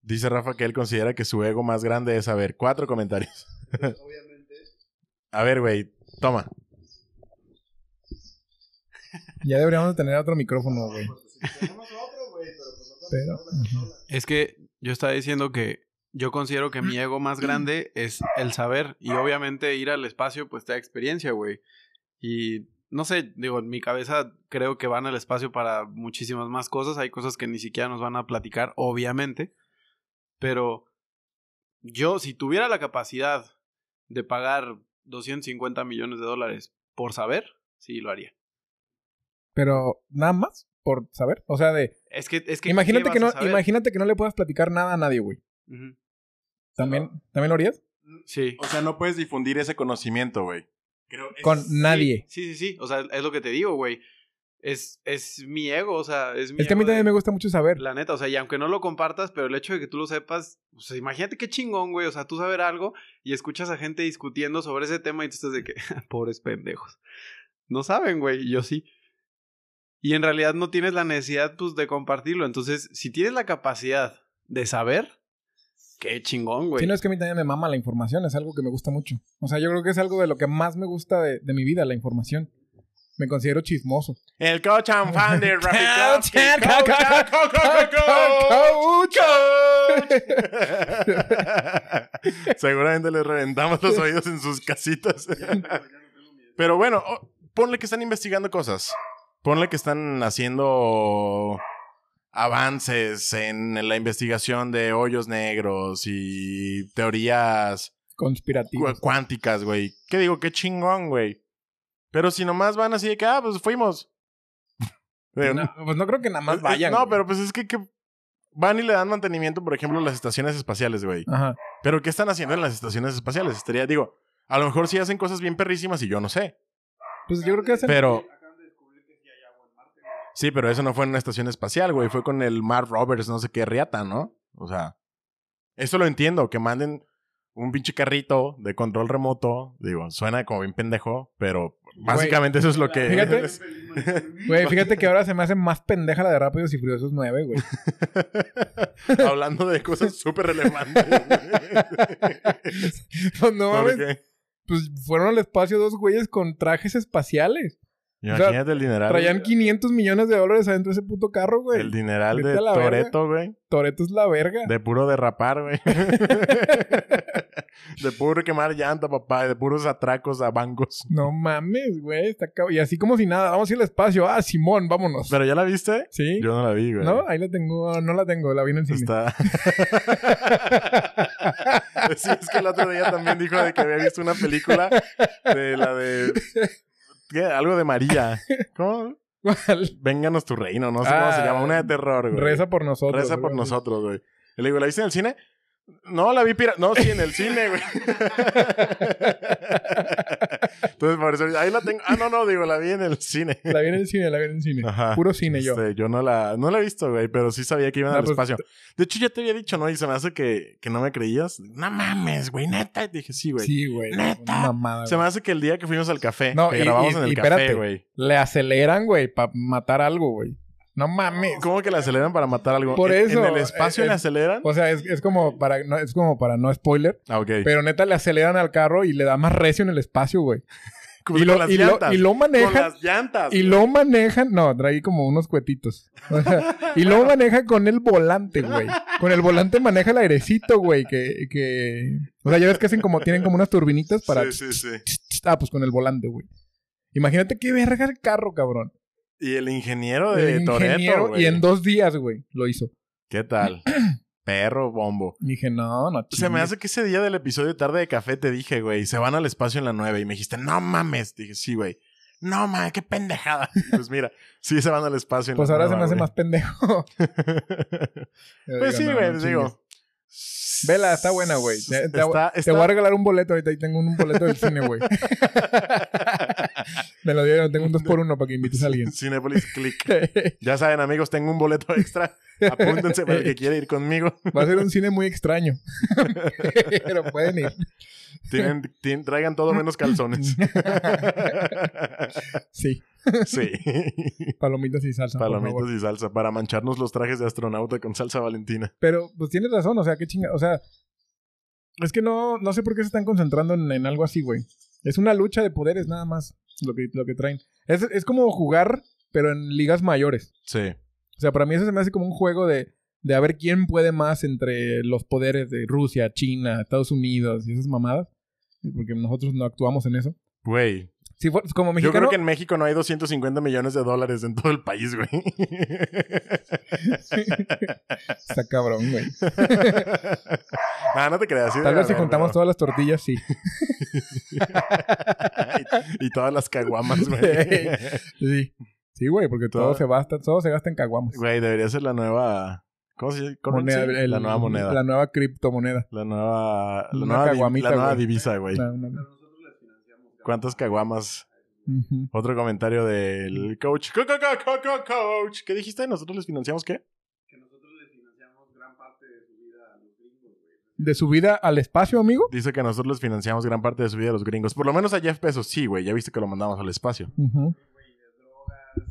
[SPEAKER 1] Dice Rafa que él considera que su ego más grande es saber. Cuatro comentarios.
[SPEAKER 3] Entonces, obviamente,
[SPEAKER 1] A ver, güey, toma.
[SPEAKER 2] Ya deberíamos de tener otro micrófono, güey.
[SPEAKER 3] pues,
[SPEAKER 2] Pero, ajá.
[SPEAKER 3] Es que yo estaba diciendo que yo considero que mi ego más grande es el saber. Y obviamente ir al espacio pues te da experiencia, güey. Y no sé, digo, en mi cabeza creo que van al espacio para muchísimas más cosas. Hay cosas que ni siquiera nos van a platicar, obviamente. Pero yo, si tuviera la capacidad de pagar 250 millones de dólares por saber, sí lo haría.
[SPEAKER 2] Pero nada más por saber. O sea, de.
[SPEAKER 3] Es que, es que
[SPEAKER 2] imagínate
[SPEAKER 3] ¿qué
[SPEAKER 2] que no,
[SPEAKER 3] vas a saber?
[SPEAKER 2] imagínate que no le puedas platicar nada a nadie, güey.
[SPEAKER 3] Ujú.
[SPEAKER 2] ¿También, ¿También lo harías?
[SPEAKER 3] Sí.
[SPEAKER 1] O sea, no puedes difundir ese conocimiento, güey. Creo- es-
[SPEAKER 2] Con nadie.
[SPEAKER 3] Sí, sí, sí. O sea, es lo que te digo, güey. Es, es mi ego, o sea, es mi
[SPEAKER 2] Es que a mí
[SPEAKER 3] ego de-
[SPEAKER 2] también me gusta mucho saber.
[SPEAKER 3] La neta, o sea, y aunque no lo compartas, pero el hecho de que tú lo sepas, o sea, imagínate qué chingón, güey. O sea, tú saber algo y escuchas a gente discutiendo sobre ese tema y tú estás de que, pobres pendejos. No saben, güey, y yo sí. Y en realidad no tienes la necesidad, pues, de compartirlo. Entonces, si tienes la capacidad de saber, qué chingón, güey.
[SPEAKER 2] Si no es que a mí también me mama la información, es algo que me gusta mucho. O sea, yo creo que es algo de lo que más me gusta de, de mi vida, la información. Me considero chismoso.
[SPEAKER 1] El coach and fan de
[SPEAKER 2] Coach and-
[SPEAKER 1] Rafi Coach, coach, coach, coach, coach. Seguramente le reventamos los oídos en sus casitas. Pero bueno, o- ponle que están investigando cosas. Ponle que están haciendo avances en la investigación de hoyos negros y teorías cu-
[SPEAKER 2] Conspirativo.
[SPEAKER 1] cuánticas, güey. ¿Qué digo? Qué chingón, güey. Pero si nomás van así de que, ah, pues fuimos. Pero-
[SPEAKER 2] No, pues no creo que nada más
[SPEAKER 1] eh,
[SPEAKER 2] vayan.
[SPEAKER 1] No,
[SPEAKER 2] güey.
[SPEAKER 1] pero pues es que, que van y le dan mantenimiento, por ejemplo, a las estaciones espaciales, güey.
[SPEAKER 2] Ajá.
[SPEAKER 1] Pero ¿qué están haciendo en las estaciones espaciales? Estaría, digo, a lo mejor sí hacen cosas bien perrísimas y yo no sé.
[SPEAKER 2] Pues yo creo que hacen.
[SPEAKER 1] Pero. Sí, pero eso no fue en una estación espacial, güey. Fue con el Mar Roberts, no sé qué, Riata, ¿no? O sea, eso lo entiendo, que manden un pinche carrito de control remoto. Digo, suena como bien pendejo, pero básicamente eso es lo que.
[SPEAKER 2] Fíjate. Güey, fíjate que ahora se me hace más pendeja la de Rápidos y Furiosos 9, güey.
[SPEAKER 1] Hablando de cosas súper relevantes.
[SPEAKER 2] Pues no
[SPEAKER 1] ¿Por
[SPEAKER 2] mames.
[SPEAKER 1] qué?
[SPEAKER 2] Pues fueron al espacio dos güeyes con trajes espaciales.
[SPEAKER 1] Imagínate el dineral.
[SPEAKER 2] Traían 500 millones de dólares adentro de ese puto carro, güey.
[SPEAKER 1] El dineral de
[SPEAKER 2] Vete a la verga.
[SPEAKER 1] Toreto, güey.
[SPEAKER 2] Toreto es la verga.
[SPEAKER 1] De puro derrapar, güey. de puro quemar llanta, papá. De puros atracos a bancos.
[SPEAKER 2] No mames, güey. está cab- Y así como si nada. Vamos a ir al espacio. Ah, Simón, vámonos.
[SPEAKER 1] ¿Pero ya la viste?
[SPEAKER 2] ¿Sí?
[SPEAKER 1] Yo no la vi, güey.
[SPEAKER 2] No, ahí la tengo. ah, No la tengo. La vi en el cine.
[SPEAKER 1] Está... sí, es que el otro día también dijo de que había visto una película de la de... ¿Qué? Algo de María. ¿Cómo?
[SPEAKER 2] ¿Cuál?
[SPEAKER 1] Vénganos tu reino, no sé
[SPEAKER 2] Ah,
[SPEAKER 1] cómo se llama. Una de terror, güey.
[SPEAKER 2] Reza por nosotros.
[SPEAKER 1] Reza por
[SPEAKER 2] güey.
[SPEAKER 1] nosotros, güey. Y Le digo, ¿la viste en el cine? No, la vi pira... No, sí, en el cine, güey. Entonces, por eso, ahí la tengo. Ah, no, no, digo, la vi en el cine.
[SPEAKER 2] La vi en el cine, la vi en el cine.
[SPEAKER 1] Ajá.
[SPEAKER 2] Puro cine yo.
[SPEAKER 1] Este, yo no la, no la he visto, güey, pero sí sabía que iban
[SPEAKER 2] No,
[SPEAKER 1] al
[SPEAKER 2] pues-
[SPEAKER 1] espacio. De hecho, ya te había dicho, ¿no? Y se me hace que, que no me creías. No mames, güey, neta. Y dije, sí, güey.
[SPEAKER 2] Sí, güey.
[SPEAKER 1] Neta.
[SPEAKER 2] Una Mamada.
[SPEAKER 1] se me
[SPEAKER 2] güey.
[SPEAKER 1] hace que el día que fuimos al café,
[SPEAKER 2] No,
[SPEAKER 1] que
[SPEAKER 2] y-
[SPEAKER 1] grabamos
[SPEAKER 2] y-
[SPEAKER 1] en el
[SPEAKER 2] y
[SPEAKER 1] café,
[SPEAKER 2] espérate.
[SPEAKER 1] güey.
[SPEAKER 2] Le aceleran, güey, para matar algo, güey. No mames.
[SPEAKER 1] ¿Cómo que le aceleran para matar algo?
[SPEAKER 2] Por
[SPEAKER 1] ¿En-
[SPEAKER 2] eso,
[SPEAKER 1] ¿En el espacio
[SPEAKER 2] eh,
[SPEAKER 1] le
[SPEAKER 2] eh,
[SPEAKER 1] aceleran?
[SPEAKER 2] O sea, es, es como para no, es como para no spoiler.
[SPEAKER 1] Ah, ok.
[SPEAKER 2] Pero neta le aceleran al carro y le da más recio en el espacio, güey.
[SPEAKER 1] Con
[SPEAKER 2] Y lo,
[SPEAKER 1] las
[SPEAKER 2] y, lo,
[SPEAKER 1] llantas.
[SPEAKER 2] y lo
[SPEAKER 1] Con
[SPEAKER 2] manejan.
[SPEAKER 1] las llantas.
[SPEAKER 2] Y
[SPEAKER 1] güey.
[SPEAKER 2] lo manejan. No, traí como unos cuetitos. O sea, y lo maneja con el volante, güey. Con el volante maneja el airecito, güey. Que, que. O sea, ya ves que hacen como, tienen como unas turbinitas para.
[SPEAKER 1] Sí, sí, sí.
[SPEAKER 2] Ah, pues con el volante, güey. Imagínate qué verga el carro, cabrón.
[SPEAKER 1] Y el ingeniero de
[SPEAKER 2] El ingeniero,
[SPEAKER 1] Toreto,
[SPEAKER 2] y en dos días, güey, lo hizo.
[SPEAKER 1] ¿Qué tal? Perro bombo.
[SPEAKER 2] Y dije, no, no,
[SPEAKER 1] Se me
[SPEAKER 2] chingues.
[SPEAKER 1] hace que ese día del episodio de Tarde de Café te dije, güey, se van al espacio en la 9 y me dijiste, no mames. Dije, sí, güey. No mames, qué pendejada. Y Pues mira, sí se van al espacio en
[SPEAKER 2] Pues
[SPEAKER 1] la
[SPEAKER 2] ahora se
[SPEAKER 1] nueva,
[SPEAKER 2] me hace
[SPEAKER 1] güey.
[SPEAKER 2] más pendejo. Yo
[SPEAKER 1] pues
[SPEAKER 2] digo,
[SPEAKER 1] sí,
[SPEAKER 2] no,
[SPEAKER 1] güey,
[SPEAKER 2] no chingues.
[SPEAKER 1] digo.
[SPEAKER 2] Vela, está buena, güey. Te, te-
[SPEAKER 1] Está-
[SPEAKER 2] te
[SPEAKER 1] está-
[SPEAKER 2] voy a regalar un boleto ahorita. Ahí tengo un boleto del cine, güey. Me lo dieron. Tengo un 2x1 para que invites a alguien.
[SPEAKER 1] Cinepolis Click. Ya saben, amigos, tengo un boleto extra. Apúntense para el que quiera ir conmigo.
[SPEAKER 2] Va a ser un cine muy extraño. Pero pueden ir.
[SPEAKER 1] Tienen, tien- traigan todo menos calzones.
[SPEAKER 2] Sí.
[SPEAKER 1] Sí.
[SPEAKER 2] Palomitas y salsa. por favor.
[SPEAKER 1] Palomitas y salsa para mancharnos los trajes de astronauta con salsa valentina.
[SPEAKER 2] Pero pues tienes razón. O sea, qué chinga. O sea, es que no, no sé por qué se están concentrando en, en algo así, güey. Es una lucha de poderes nada más lo que, lo que traen. Es, es como jugar, pero en ligas mayores.
[SPEAKER 1] Sí.
[SPEAKER 2] O sea, para mí eso se me hace como un juego de, de a ver quién puede más entre los poderes de Rusia, China, Estados Unidos y esas mamadas. Porque nosotros no actuamos en eso.
[SPEAKER 1] Güey.
[SPEAKER 2] Si fue- como
[SPEAKER 1] Yo
[SPEAKER 2] mexicano,
[SPEAKER 1] creo que en México no hay 250 millones de dólares en todo el país, güey.
[SPEAKER 2] está cabrón, güey.
[SPEAKER 1] Ah, no te creas. sí
[SPEAKER 2] Tal
[SPEAKER 1] debe
[SPEAKER 2] vez si
[SPEAKER 1] haber,
[SPEAKER 2] juntamos
[SPEAKER 1] pero-
[SPEAKER 2] todas las tortillas, sí.
[SPEAKER 1] y, y todas las caguamas, güey.
[SPEAKER 2] Sí. Sí, güey, porque todo,
[SPEAKER 1] Todo.
[SPEAKER 2] se basta, todo se gasta en caguamos.
[SPEAKER 1] Güey, debería ser la nueva. ¿Cómo se dice? Currency.
[SPEAKER 2] Moneda, el-
[SPEAKER 1] la nueva moneda.
[SPEAKER 2] La
[SPEAKER 1] La,
[SPEAKER 2] nueva criptomoneda.
[SPEAKER 1] nueva. La
[SPEAKER 2] Una
[SPEAKER 1] nueva, di-
[SPEAKER 2] caguamita,
[SPEAKER 1] la nueva
[SPEAKER 2] güey.
[SPEAKER 1] divisa, güey.
[SPEAKER 2] La- una-
[SPEAKER 1] ¿Cuántas caguamas?
[SPEAKER 2] Ujú.
[SPEAKER 1] Otro comentario del coach. Co- co- co- co- co- Coach. ¿Qué dijiste? ¿Nosotros les financiamos qué?
[SPEAKER 2] De su vida al espacio, amigo.
[SPEAKER 1] Dice que nosotros les financiamos gran parte de su vida a los gringos. Por lo menos a Jeff Bezos, sí, güey. Ya viste que lo mandamos al espacio.
[SPEAKER 2] Ujú. De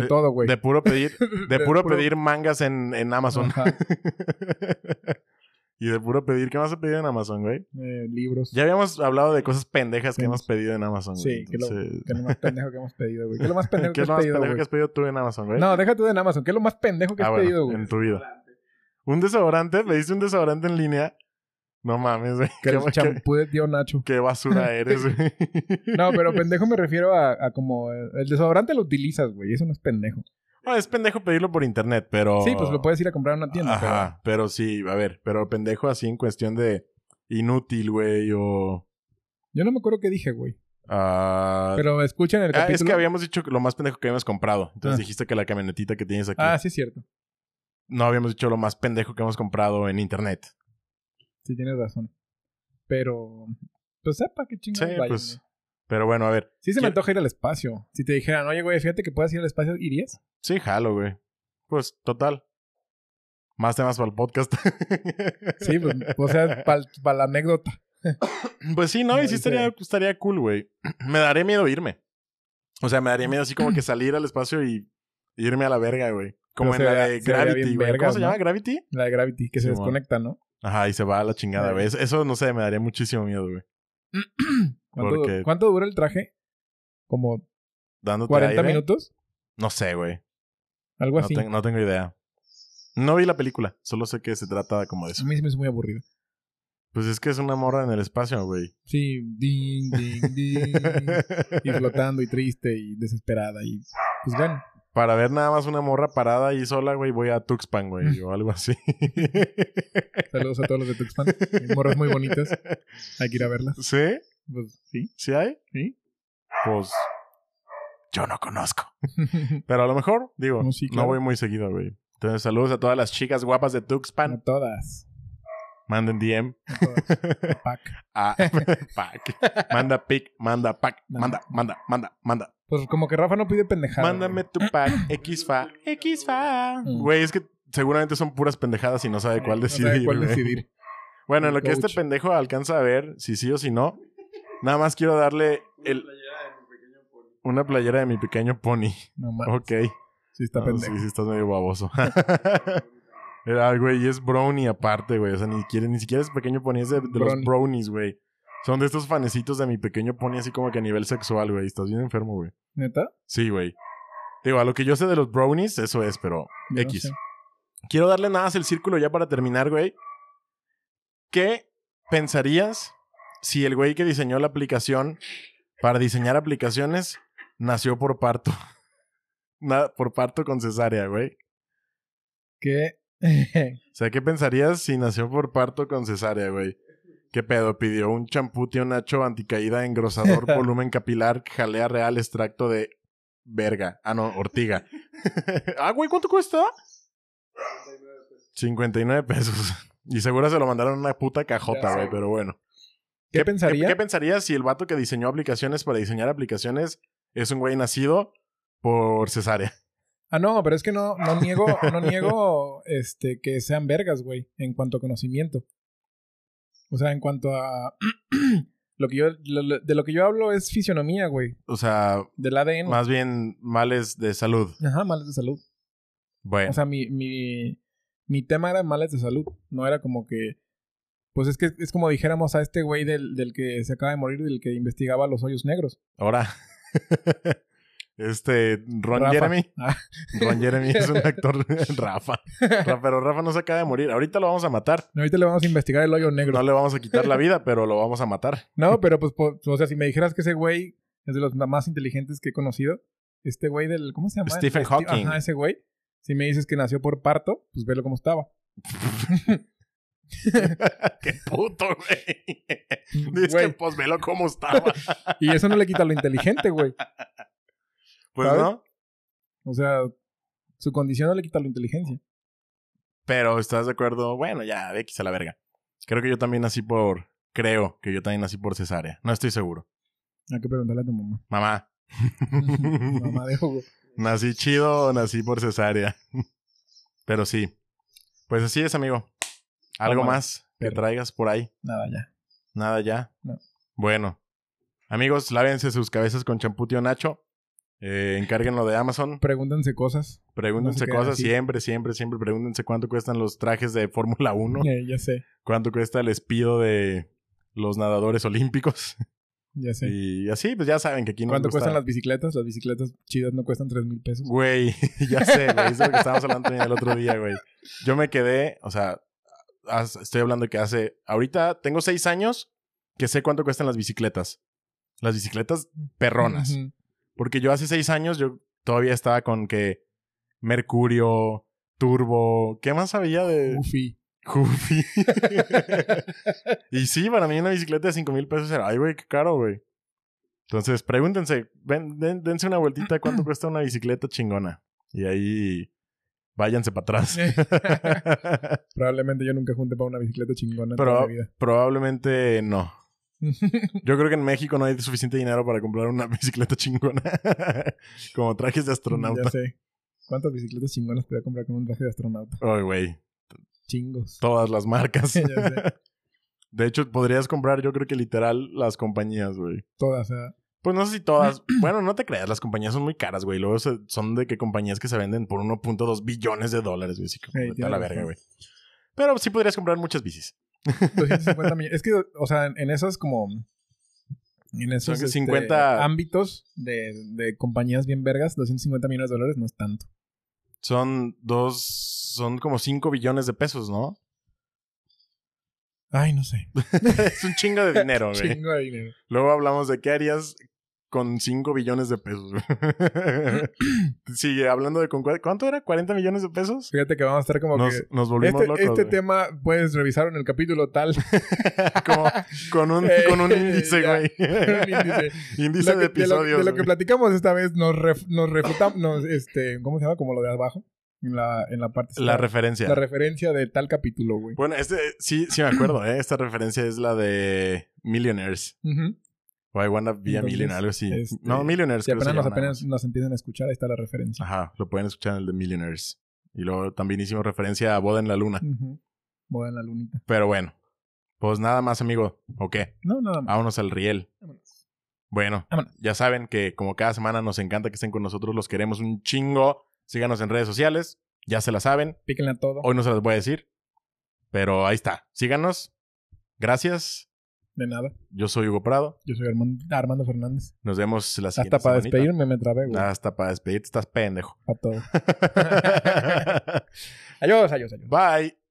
[SPEAKER 1] De-
[SPEAKER 2] todo, güey.
[SPEAKER 1] De puro pedir, de
[SPEAKER 2] De
[SPEAKER 1] puro
[SPEAKER 2] puro-
[SPEAKER 1] pedir mangas en, en Amazon.
[SPEAKER 2] Ajá.
[SPEAKER 1] y de puro pedir. ¿Qué más he pedido en Amazon, güey?
[SPEAKER 2] Eh, libros.
[SPEAKER 1] Ya habíamos hablado de cosas pendejas que
[SPEAKER 2] Sí.
[SPEAKER 1] hemos pedido en Amazon, güey.
[SPEAKER 2] Sí, que lo,
[SPEAKER 1] Entonces,
[SPEAKER 2] que lo más pendejo que hemos pedido, güey. ¿Qué es lo más pendejo
[SPEAKER 1] ¿Qué
[SPEAKER 2] que
[SPEAKER 1] es
[SPEAKER 2] has
[SPEAKER 1] lo más
[SPEAKER 2] pedido,
[SPEAKER 1] pendejo
[SPEAKER 2] güey?
[SPEAKER 1] que has pedido tú en Amazon, güey?
[SPEAKER 2] No, déjate de en Amazon. ¿Qué es lo más pendejo que
[SPEAKER 1] Ah,
[SPEAKER 2] has
[SPEAKER 1] bueno,
[SPEAKER 2] pedido, güey?
[SPEAKER 1] en tu vida. Un desodorante, pediste un desodorante en línea. No mames, güey.
[SPEAKER 2] Que
[SPEAKER 1] Qué,
[SPEAKER 2] el
[SPEAKER 1] qué-
[SPEAKER 2] champú de tío Nacho.
[SPEAKER 1] qué basura eres, güey.
[SPEAKER 2] No, pero pendejo me refiero a, a como... eh, El desodorante lo utilizas, güey. Eso no es pendejo.
[SPEAKER 1] No, es pendejo pedirlo por internet, pero.
[SPEAKER 2] Sí, pues lo puedes ir a comprar a una tienda. pero-
[SPEAKER 1] Oh. Ajá, pero sí, a ver, pero pendejo así en cuestión de inútil, güey, o.
[SPEAKER 2] Yo no me acuerdo qué dije, güey.
[SPEAKER 1] ah,
[SPEAKER 2] Pero escuchen el
[SPEAKER 1] ah,
[SPEAKER 2] capítulo.
[SPEAKER 1] es que habíamos dicho que lo más pendejo que habíamos comprado. Entonces
[SPEAKER 2] Ah.
[SPEAKER 1] dijiste que la camionetita que tienes aquí.
[SPEAKER 2] Ah, sí es cierto.
[SPEAKER 1] No habíamos dicho lo más pendejo que hemos comprado en internet.
[SPEAKER 2] Sí, tienes razón. Pero... Pues sepa qué
[SPEAKER 1] Sí,
[SPEAKER 2] chingados vayan,
[SPEAKER 1] pues.
[SPEAKER 2] ¿no?
[SPEAKER 1] Pero bueno, a ver.
[SPEAKER 2] Sí se
[SPEAKER 1] Quiero-
[SPEAKER 2] me antoja ir al espacio. Si te dijeran, oye, güey, fíjate que puedes ir al espacio, ¿irías?
[SPEAKER 1] Sí, jalo, güey. Pues, total. Más temas para el podcast.
[SPEAKER 2] Sí, pues, o sea, para la anécdota.
[SPEAKER 1] Pues sí, ¿no?
[SPEAKER 2] Como
[SPEAKER 1] Y sí
[SPEAKER 2] dice-
[SPEAKER 1] estaría, estaría cool, güey. Me daría miedo irme. O sea, me daría miedo así como que salir al espacio y y irme a la verga, güey. Como en
[SPEAKER 2] Pero
[SPEAKER 1] la
[SPEAKER 2] se vea-
[SPEAKER 1] de
[SPEAKER 2] se vería
[SPEAKER 1] Gravity,
[SPEAKER 2] bien
[SPEAKER 1] güey. ¿Cómo
[SPEAKER 2] vergas,
[SPEAKER 1] se
[SPEAKER 2] ¿no?
[SPEAKER 1] llama? ¿Gravity?
[SPEAKER 2] La de Gravity, que se
[SPEAKER 1] Sí, bueno.
[SPEAKER 2] desconecta, ¿no?
[SPEAKER 1] Ajá, y se va a la chingada,
[SPEAKER 2] Sí.
[SPEAKER 1] güey. Eso- Eso, no sé, me daría muchísimo miedo, güey.
[SPEAKER 2] ¿Cuánto,
[SPEAKER 1] Porque-
[SPEAKER 2] cuánto dura el traje? ¿Como
[SPEAKER 1] Dándote
[SPEAKER 2] 40
[SPEAKER 1] aire.
[SPEAKER 2] minutos?
[SPEAKER 1] No sé, güey.
[SPEAKER 2] Algo
[SPEAKER 1] No,
[SPEAKER 2] así.
[SPEAKER 1] ten- no tengo idea. No vi la película. Solo sé que se trata como de
[SPEAKER 2] A
[SPEAKER 1] eso.
[SPEAKER 2] mí se me hizo muy aburrido.
[SPEAKER 1] Pues es que es una morra en el espacio, güey.
[SPEAKER 2] Sí, ding, ding, ding. y flotando y triste y desesperada. Y pues bueno,
[SPEAKER 1] Para ver nada más una morra parada y sola, güey, voy a Tuxpan,
[SPEAKER 2] Mm.
[SPEAKER 1] güey, o algo así.
[SPEAKER 2] saludos a todos los de Tuxpan. Hay Morras muy bonitas. Hay que ir a verlas.
[SPEAKER 1] ¿Sí?
[SPEAKER 2] Pues, sí.
[SPEAKER 1] ¿Sí hay?
[SPEAKER 2] Sí.
[SPEAKER 1] Pues yo no conozco. Pero a lo mejor, digo,
[SPEAKER 2] No, sí,
[SPEAKER 1] no
[SPEAKER 2] claro.
[SPEAKER 1] voy muy seguido, güey. Entonces, saludos a todas las chicas guapas de
[SPEAKER 2] A
[SPEAKER 1] Tuxpan.
[SPEAKER 2] todas.
[SPEAKER 1] Manden DM.
[SPEAKER 2] A todas. Pac.
[SPEAKER 1] A pack. Manda pic, manda pack, manda, manda, manda, manda.
[SPEAKER 2] Pues como que Rafa no pide pendejada.
[SPEAKER 1] Mándame tu pack, XFA, XFA.
[SPEAKER 2] Mm.
[SPEAKER 1] Güey, es que seguramente son puras pendejadas y no sabe cuál
[SPEAKER 2] No
[SPEAKER 1] decidir.
[SPEAKER 2] sabe cuál
[SPEAKER 1] güey.
[SPEAKER 2] decidir.
[SPEAKER 1] Bueno, en lo que este
[SPEAKER 2] Coach.
[SPEAKER 1] pendejo alcanza a ver, si sí o si no, nada más quiero darle el- una playera de mi pequeño pony.
[SPEAKER 2] No mames.
[SPEAKER 1] Ok.
[SPEAKER 2] Sí, está
[SPEAKER 1] No,
[SPEAKER 2] pendejo.
[SPEAKER 1] Ah, sí, sí, estás medio baboso. Era, güey, y es brownie aparte, güey. O sea, ni, quiere- ni siquiera es pequeño pony, es de, de los
[SPEAKER 2] Brownie.
[SPEAKER 1] brownies, güey. Son de estos fanecitos de mi pequeño pony, así como que a nivel sexual, güey. Estás bien enfermo, güey.
[SPEAKER 2] ¿Neta?
[SPEAKER 1] Sí, güey. Digo, a lo que yo sé de los brownies, eso es, pero
[SPEAKER 2] Yo no
[SPEAKER 1] X.
[SPEAKER 2] sé.
[SPEAKER 1] Quiero darle nada más el círculo ya para terminar, güey. ¿Qué pensarías si el güey que diseñó la aplicación para diseñar aplicaciones nació por parto? Nada, por parto con cesárea, güey.
[SPEAKER 2] Que...
[SPEAKER 1] O sea, ¿qué pensarías si nació por parto con cesárea, güey? ¿Qué pedo? Pidió un champú, tío Nacho, anticaída, engrosador, volumen capilar, jalea real, extracto de verga. Ah, no, ortiga. ah, güey, ¿cuánto cuesta? 59 pesos. Y seguro se lo mandaron en una puta
[SPEAKER 2] Ya
[SPEAKER 1] cajota,
[SPEAKER 2] sé,
[SPEAKER 1] güey, pero bueno.
[SPEAKER 2] ¿Qué pensaría?
[SPEAKER 1] ¿Qué, pensarías si el vato que diseñó aplicaciones para diseñar aplicaciones es un güey nacido por cesárea?
[SPEAKER 2] Ah, no, pero es que no, no niego, no niego este, que sean vergas, güey, en cuanto a conocimiento. O sea, en cuanto a. lo que yo, lo- lo- de lo que yo hablo es fisionomía, güey.
[SPEAKER 1] O sea,
[SPEAKER 2] Del ADN.
[SPEAKER 1] más bien males de salud.
[SPEAKER 2] Ajá, males de salud.
[SPEAKER 1] Bueno.
[SPEAKER 2] O sea, mi, mi, mi tema era males de salud. No era como que. Pues es que es como dijéramos a este güey del, del que se acaba de morir, del que investigaba los hoyos negros.
[SPEAKER 1] Ahora. Este, Ron
[SPEAKER 2] Rafa.
[SPEAKER 1] Jeremy.
[SPEAKER 2] Ah.
[SPEAKER 1] Ron Jeremy es un actor. Rafa. Rafa. Pero Rafa no se acaba de morir. Ahorita lo vamos a matar.
[SPEAKER 2] Ahorita le vamos a investigar el hoyo negro.
[SPEAKER 1] No le vamos a quitar la vida, pero lo vamos a matar.
[SPEAKER 2] No, pero pues, po- o sea, si me dijeras que ese güey es de los na- más inteligentes que he conocido, este güey del, ¿cómo se llama?
[SPEAKER 1] Stephen
[SPEAKER 2] Esti-
[SPEAKER 1] Hawking.
[SPEAKER 2] Ajá, ese güey. Si me dices que nació por parto, pues velo cómo estaba.
[SPEAKER 1] Qué puto, güey. Dice que
[SPEAKER 2] Güey,
[SPEAKER 1] pues velo cómo estaba.
[SPEAKER 2] Y eso no le quita lo inteligente, güey.
[SPEAKER 1] Pues
[SPEAKER 2] ¿Sabes?
[SPEAKER 1] no.
[SPEAKER 2] O sea, su condición no le quita la inteligencia.
[SPEAKER 1] Pero estás de acuerdo, bueno, ya, de X a la verga. Creo que yo también nací por. Creo que yo también nací por cesárea. No estoy seguro.
[SPEAKER 2] Hay que preguntarle a tu mamá.
[SPEAKER 1] Mamá.
[SPEAKER 2] mamá de Hugo.
[SPEAKER 1] nací chido o nací por cesárea. Pero sí. Pues así es, amigo. ¿Algo
[SPEAKER 2] Tómala,
[SPEAKER 1] más que
[SPEAKER 2] perro.
[SPEAKER 1] traigas por ahí?
[SPEAKER 2] Nada, ya.
[SPEAKER 1] Nada ya.
[SPEAKER 2] No.
[SPEAKER 1] Bueno. Amigos, lávense sus cabezas con champú tío Nacho. Eh, encárguenlo de Amazon.
[SPEAKER 2] Pregúntense cosas.
[SPEAKER 1] Pregúntense
[SPEAKER 2] queden
[SPEAKER 1] cosas
[SPEAKER 2] así.
[SPEAKER 1] siempre, siempre, siempre. Pregúntense cuánto cuestan los trajes de Fórmula 1.
[SPEAKER 2] Eh, ya sé,
[SPEAKER 1] Cuánto cuesta el espido de los nadadores olímpicos.
[SPEAKER 2] ya sé.
[SPEAKER 1] Y así, pues ya saben que aquí nos
[SPEAKER 2] ¿Cuánto
[SPEAKER 1] gusta-
[SPEAKER 2] cuestan las bicicletas? Las bicicletas chidas no cuestan 3 mil pesos.
[SPEAKER 1] Güey, ya sé, güey. Eso es lo que estábamos hablando también el otro día, güey. Yo me quedé, o sea, haz- estoy hablando que hace. Ahorita tengo seis años que sé cuánto cuestan las bicicletas. Las bicicletas perronas.
[SPEAKER 2] Ujú.
[SPEAKER 1] Porque yo hace seis años yo todavía estaba con que Mercurio, Turbo, ¿qué más sabía de
[SPEAKER 2] Ufi.
[SPEAKER 1] Goofy? y sí, para mí una bicicleta de cinco mil pesos era, ay, güey, qué caro, güey. Entonces, pregúntense, ven, den- dense una vueltita cuánto cuesta una bicicleta chingona. Y ahí váyanse para atrás.
[SPEAKER 2] Probablemente yo nunca junte para una bicicleta chingona en
[SPEAKER 1] Pero-
[SPEAKER 2] toda mi vida.
[SPEAKER 1] Probablemente no. Yo creo que en México no hay suficiente dinero para comprar una bicicleta chingona. Como trajes de
[SPEAKER 2] Ya
[SPEAKER 1] astronauta.
[SPEAKER 2] sé. ¿Cuántas bicicletas chingonas podía comprar con un traje de astronauta?
[SPEAKER 1] Ay, güey.
[SPEAKER 2] Chingos.
[SPEAKER 1] Todas las marcas.
[SPEAKER 2] Ya sé.
[SPEAKER 1] De hecho, podrías comprar, yo creo que literal, las compañías, güey.
[SPEAKER 2] Todas, o sea,
[SPEAKER 1] Pues no sé si todas. bueno, no te creas, las compañías son muy caras, güey. Luego se- son de que compañías que se venden por 1.2 billones de dólares, güey. Así que
[SPEAKER 2] Sí,
[SPEAKER 1] vete a
[SPEAKER 2] tienes
[SPEAKER 1] la verga,
[SPEAKER 2] razón.
[SPEAKER 1] güey. Pero sí podrías comprar muchas bicis.
[SPEAKER 2] 250 millones. Es que, o sea, en, en esas como... En esos
[SPEAKER 1] que
[SPEAKER 2] este,
[SPEAKER 1] 50
[SPEAKER 2] ámbitos de, de compañías bien vergas, 250 millones de dólares no es tanto.
[SPEAKER 1] Son dos. Son como 5 billones de pesos, ¿no?
[SPEAKER 2] Ay, no sé.
[SPEAKER 1] es un chingo de dinero, güey.
[SPEAKER 2] Chingo de dinero.
[SPEAKER 1] Luego hablamos de qué harías con 5 billones de pesos, güey. sí, hablando de con cua- cuánto era, 40 millones de pesos.
[SPEAKER 2] Fíjate que vamos a estar como
[SPEAKER 1] Nos,
[SPEAKER 2] que...
[SPEAKER 1] nos volvimos
[SPEAKER 2] Este,
[SPEAKER 1] locos.
[SPEAKER 2] este
[SPEAKER 1] güey.
[SPEAKER 2] tema puedes revisarlo en el capítulo tal.
[SPEAKER 1] Como con un,
[SPEAKER 2] Eh,
[SPEAKER 1] con un índice,
[SPEAKER 2] ya.
[SPEAKER 1] güey.
[SPEAKER 2] Un índice.
[SPEAKER 1] índice
[SPEAKER 2] Lo
[SPEAKER 1] de
[SPEAKER 2] que- de lo-
[SPEAKER 1] episodios.
[SPEAKER 2] De lo, que
[SPEAKER 1] güey.
[SPEAKER 2] platicamos esta vez nos, ref- nos refutamos, nos, este, ¿cómo se llama? Como lo de abajo, en la, en la parte...
[SPEAKER 1] la referencia.
[SPEAKER 2] la referencia de tal capítulo, güey.
[SPEAKER 1] bueno, este sí, sí me acuerdo, ¿eh? Esta referencia es la de Millionaires.
[SPEAKER 2] Ujú.
[SPEAKER 1] O I Wanna Be a
[SPEAKER 2] Entonces,
[SPEAKER 1] Millionaire, algo así.
[SPEAKER 2] este,
[SPEAKER 1] no, Millionaires.
[SPEAKER 2] Si
[SPEAKER 1] creo que se
[SPEAKER 2] apenas, nos,
[SPEAKER 1] llama nada
[SPEAKER 2] apenas nos empiezan a escuchar, ahí está la referencia.
[SPEAKER 1] más. Ajá, lo pueden escuchar en el de Millionaires. Y luego también hicimos referencia a Boda en la Luna.
[SPEAKER 2] Ujú. Boda en la lunita.
[SPEAKER 1] Pero bueno, pues nada más, amigo. ¿O qué?
[SPEAKER 2] No, nada más.
[SPEAKER 1] Vámonos al riel.
[SPEAKER 2] Vámonos.
[SPEAKER 1] Bueno,
[SPEAKER 2] Vámonos.
[SPEAKER 1] ya saben que como cada semana nos encanta que estén con nosotros, los queremos un chingo. Síganos en redes sociales, ya se la saben.
[SPEAKER 2] Píquenle a todo.
[SPEAKER 1] Hoy no se las voy a decir, pero ahí está. Síganos. Gracias.
[SPEAKER 2] De nada.
[SPEAKER 1] Yo soy Hugo Prado.
[SPEAKER 2] Yo soy Armando, Armando Fernández.
[SPEAKER 1] Nos vemos la siguiente
[SPEAKER 2] Hasta para
[SPEAKER 1] semanita. Ah,
[SPEAKER 2] despedirme me trabé, güey.
[SPEAKER 1] Hasta para despedirte estás pendejo.
[SPEAKER 2] Para todo. Adiós, adiós, adiós.
[SPEAKER 1] Bye.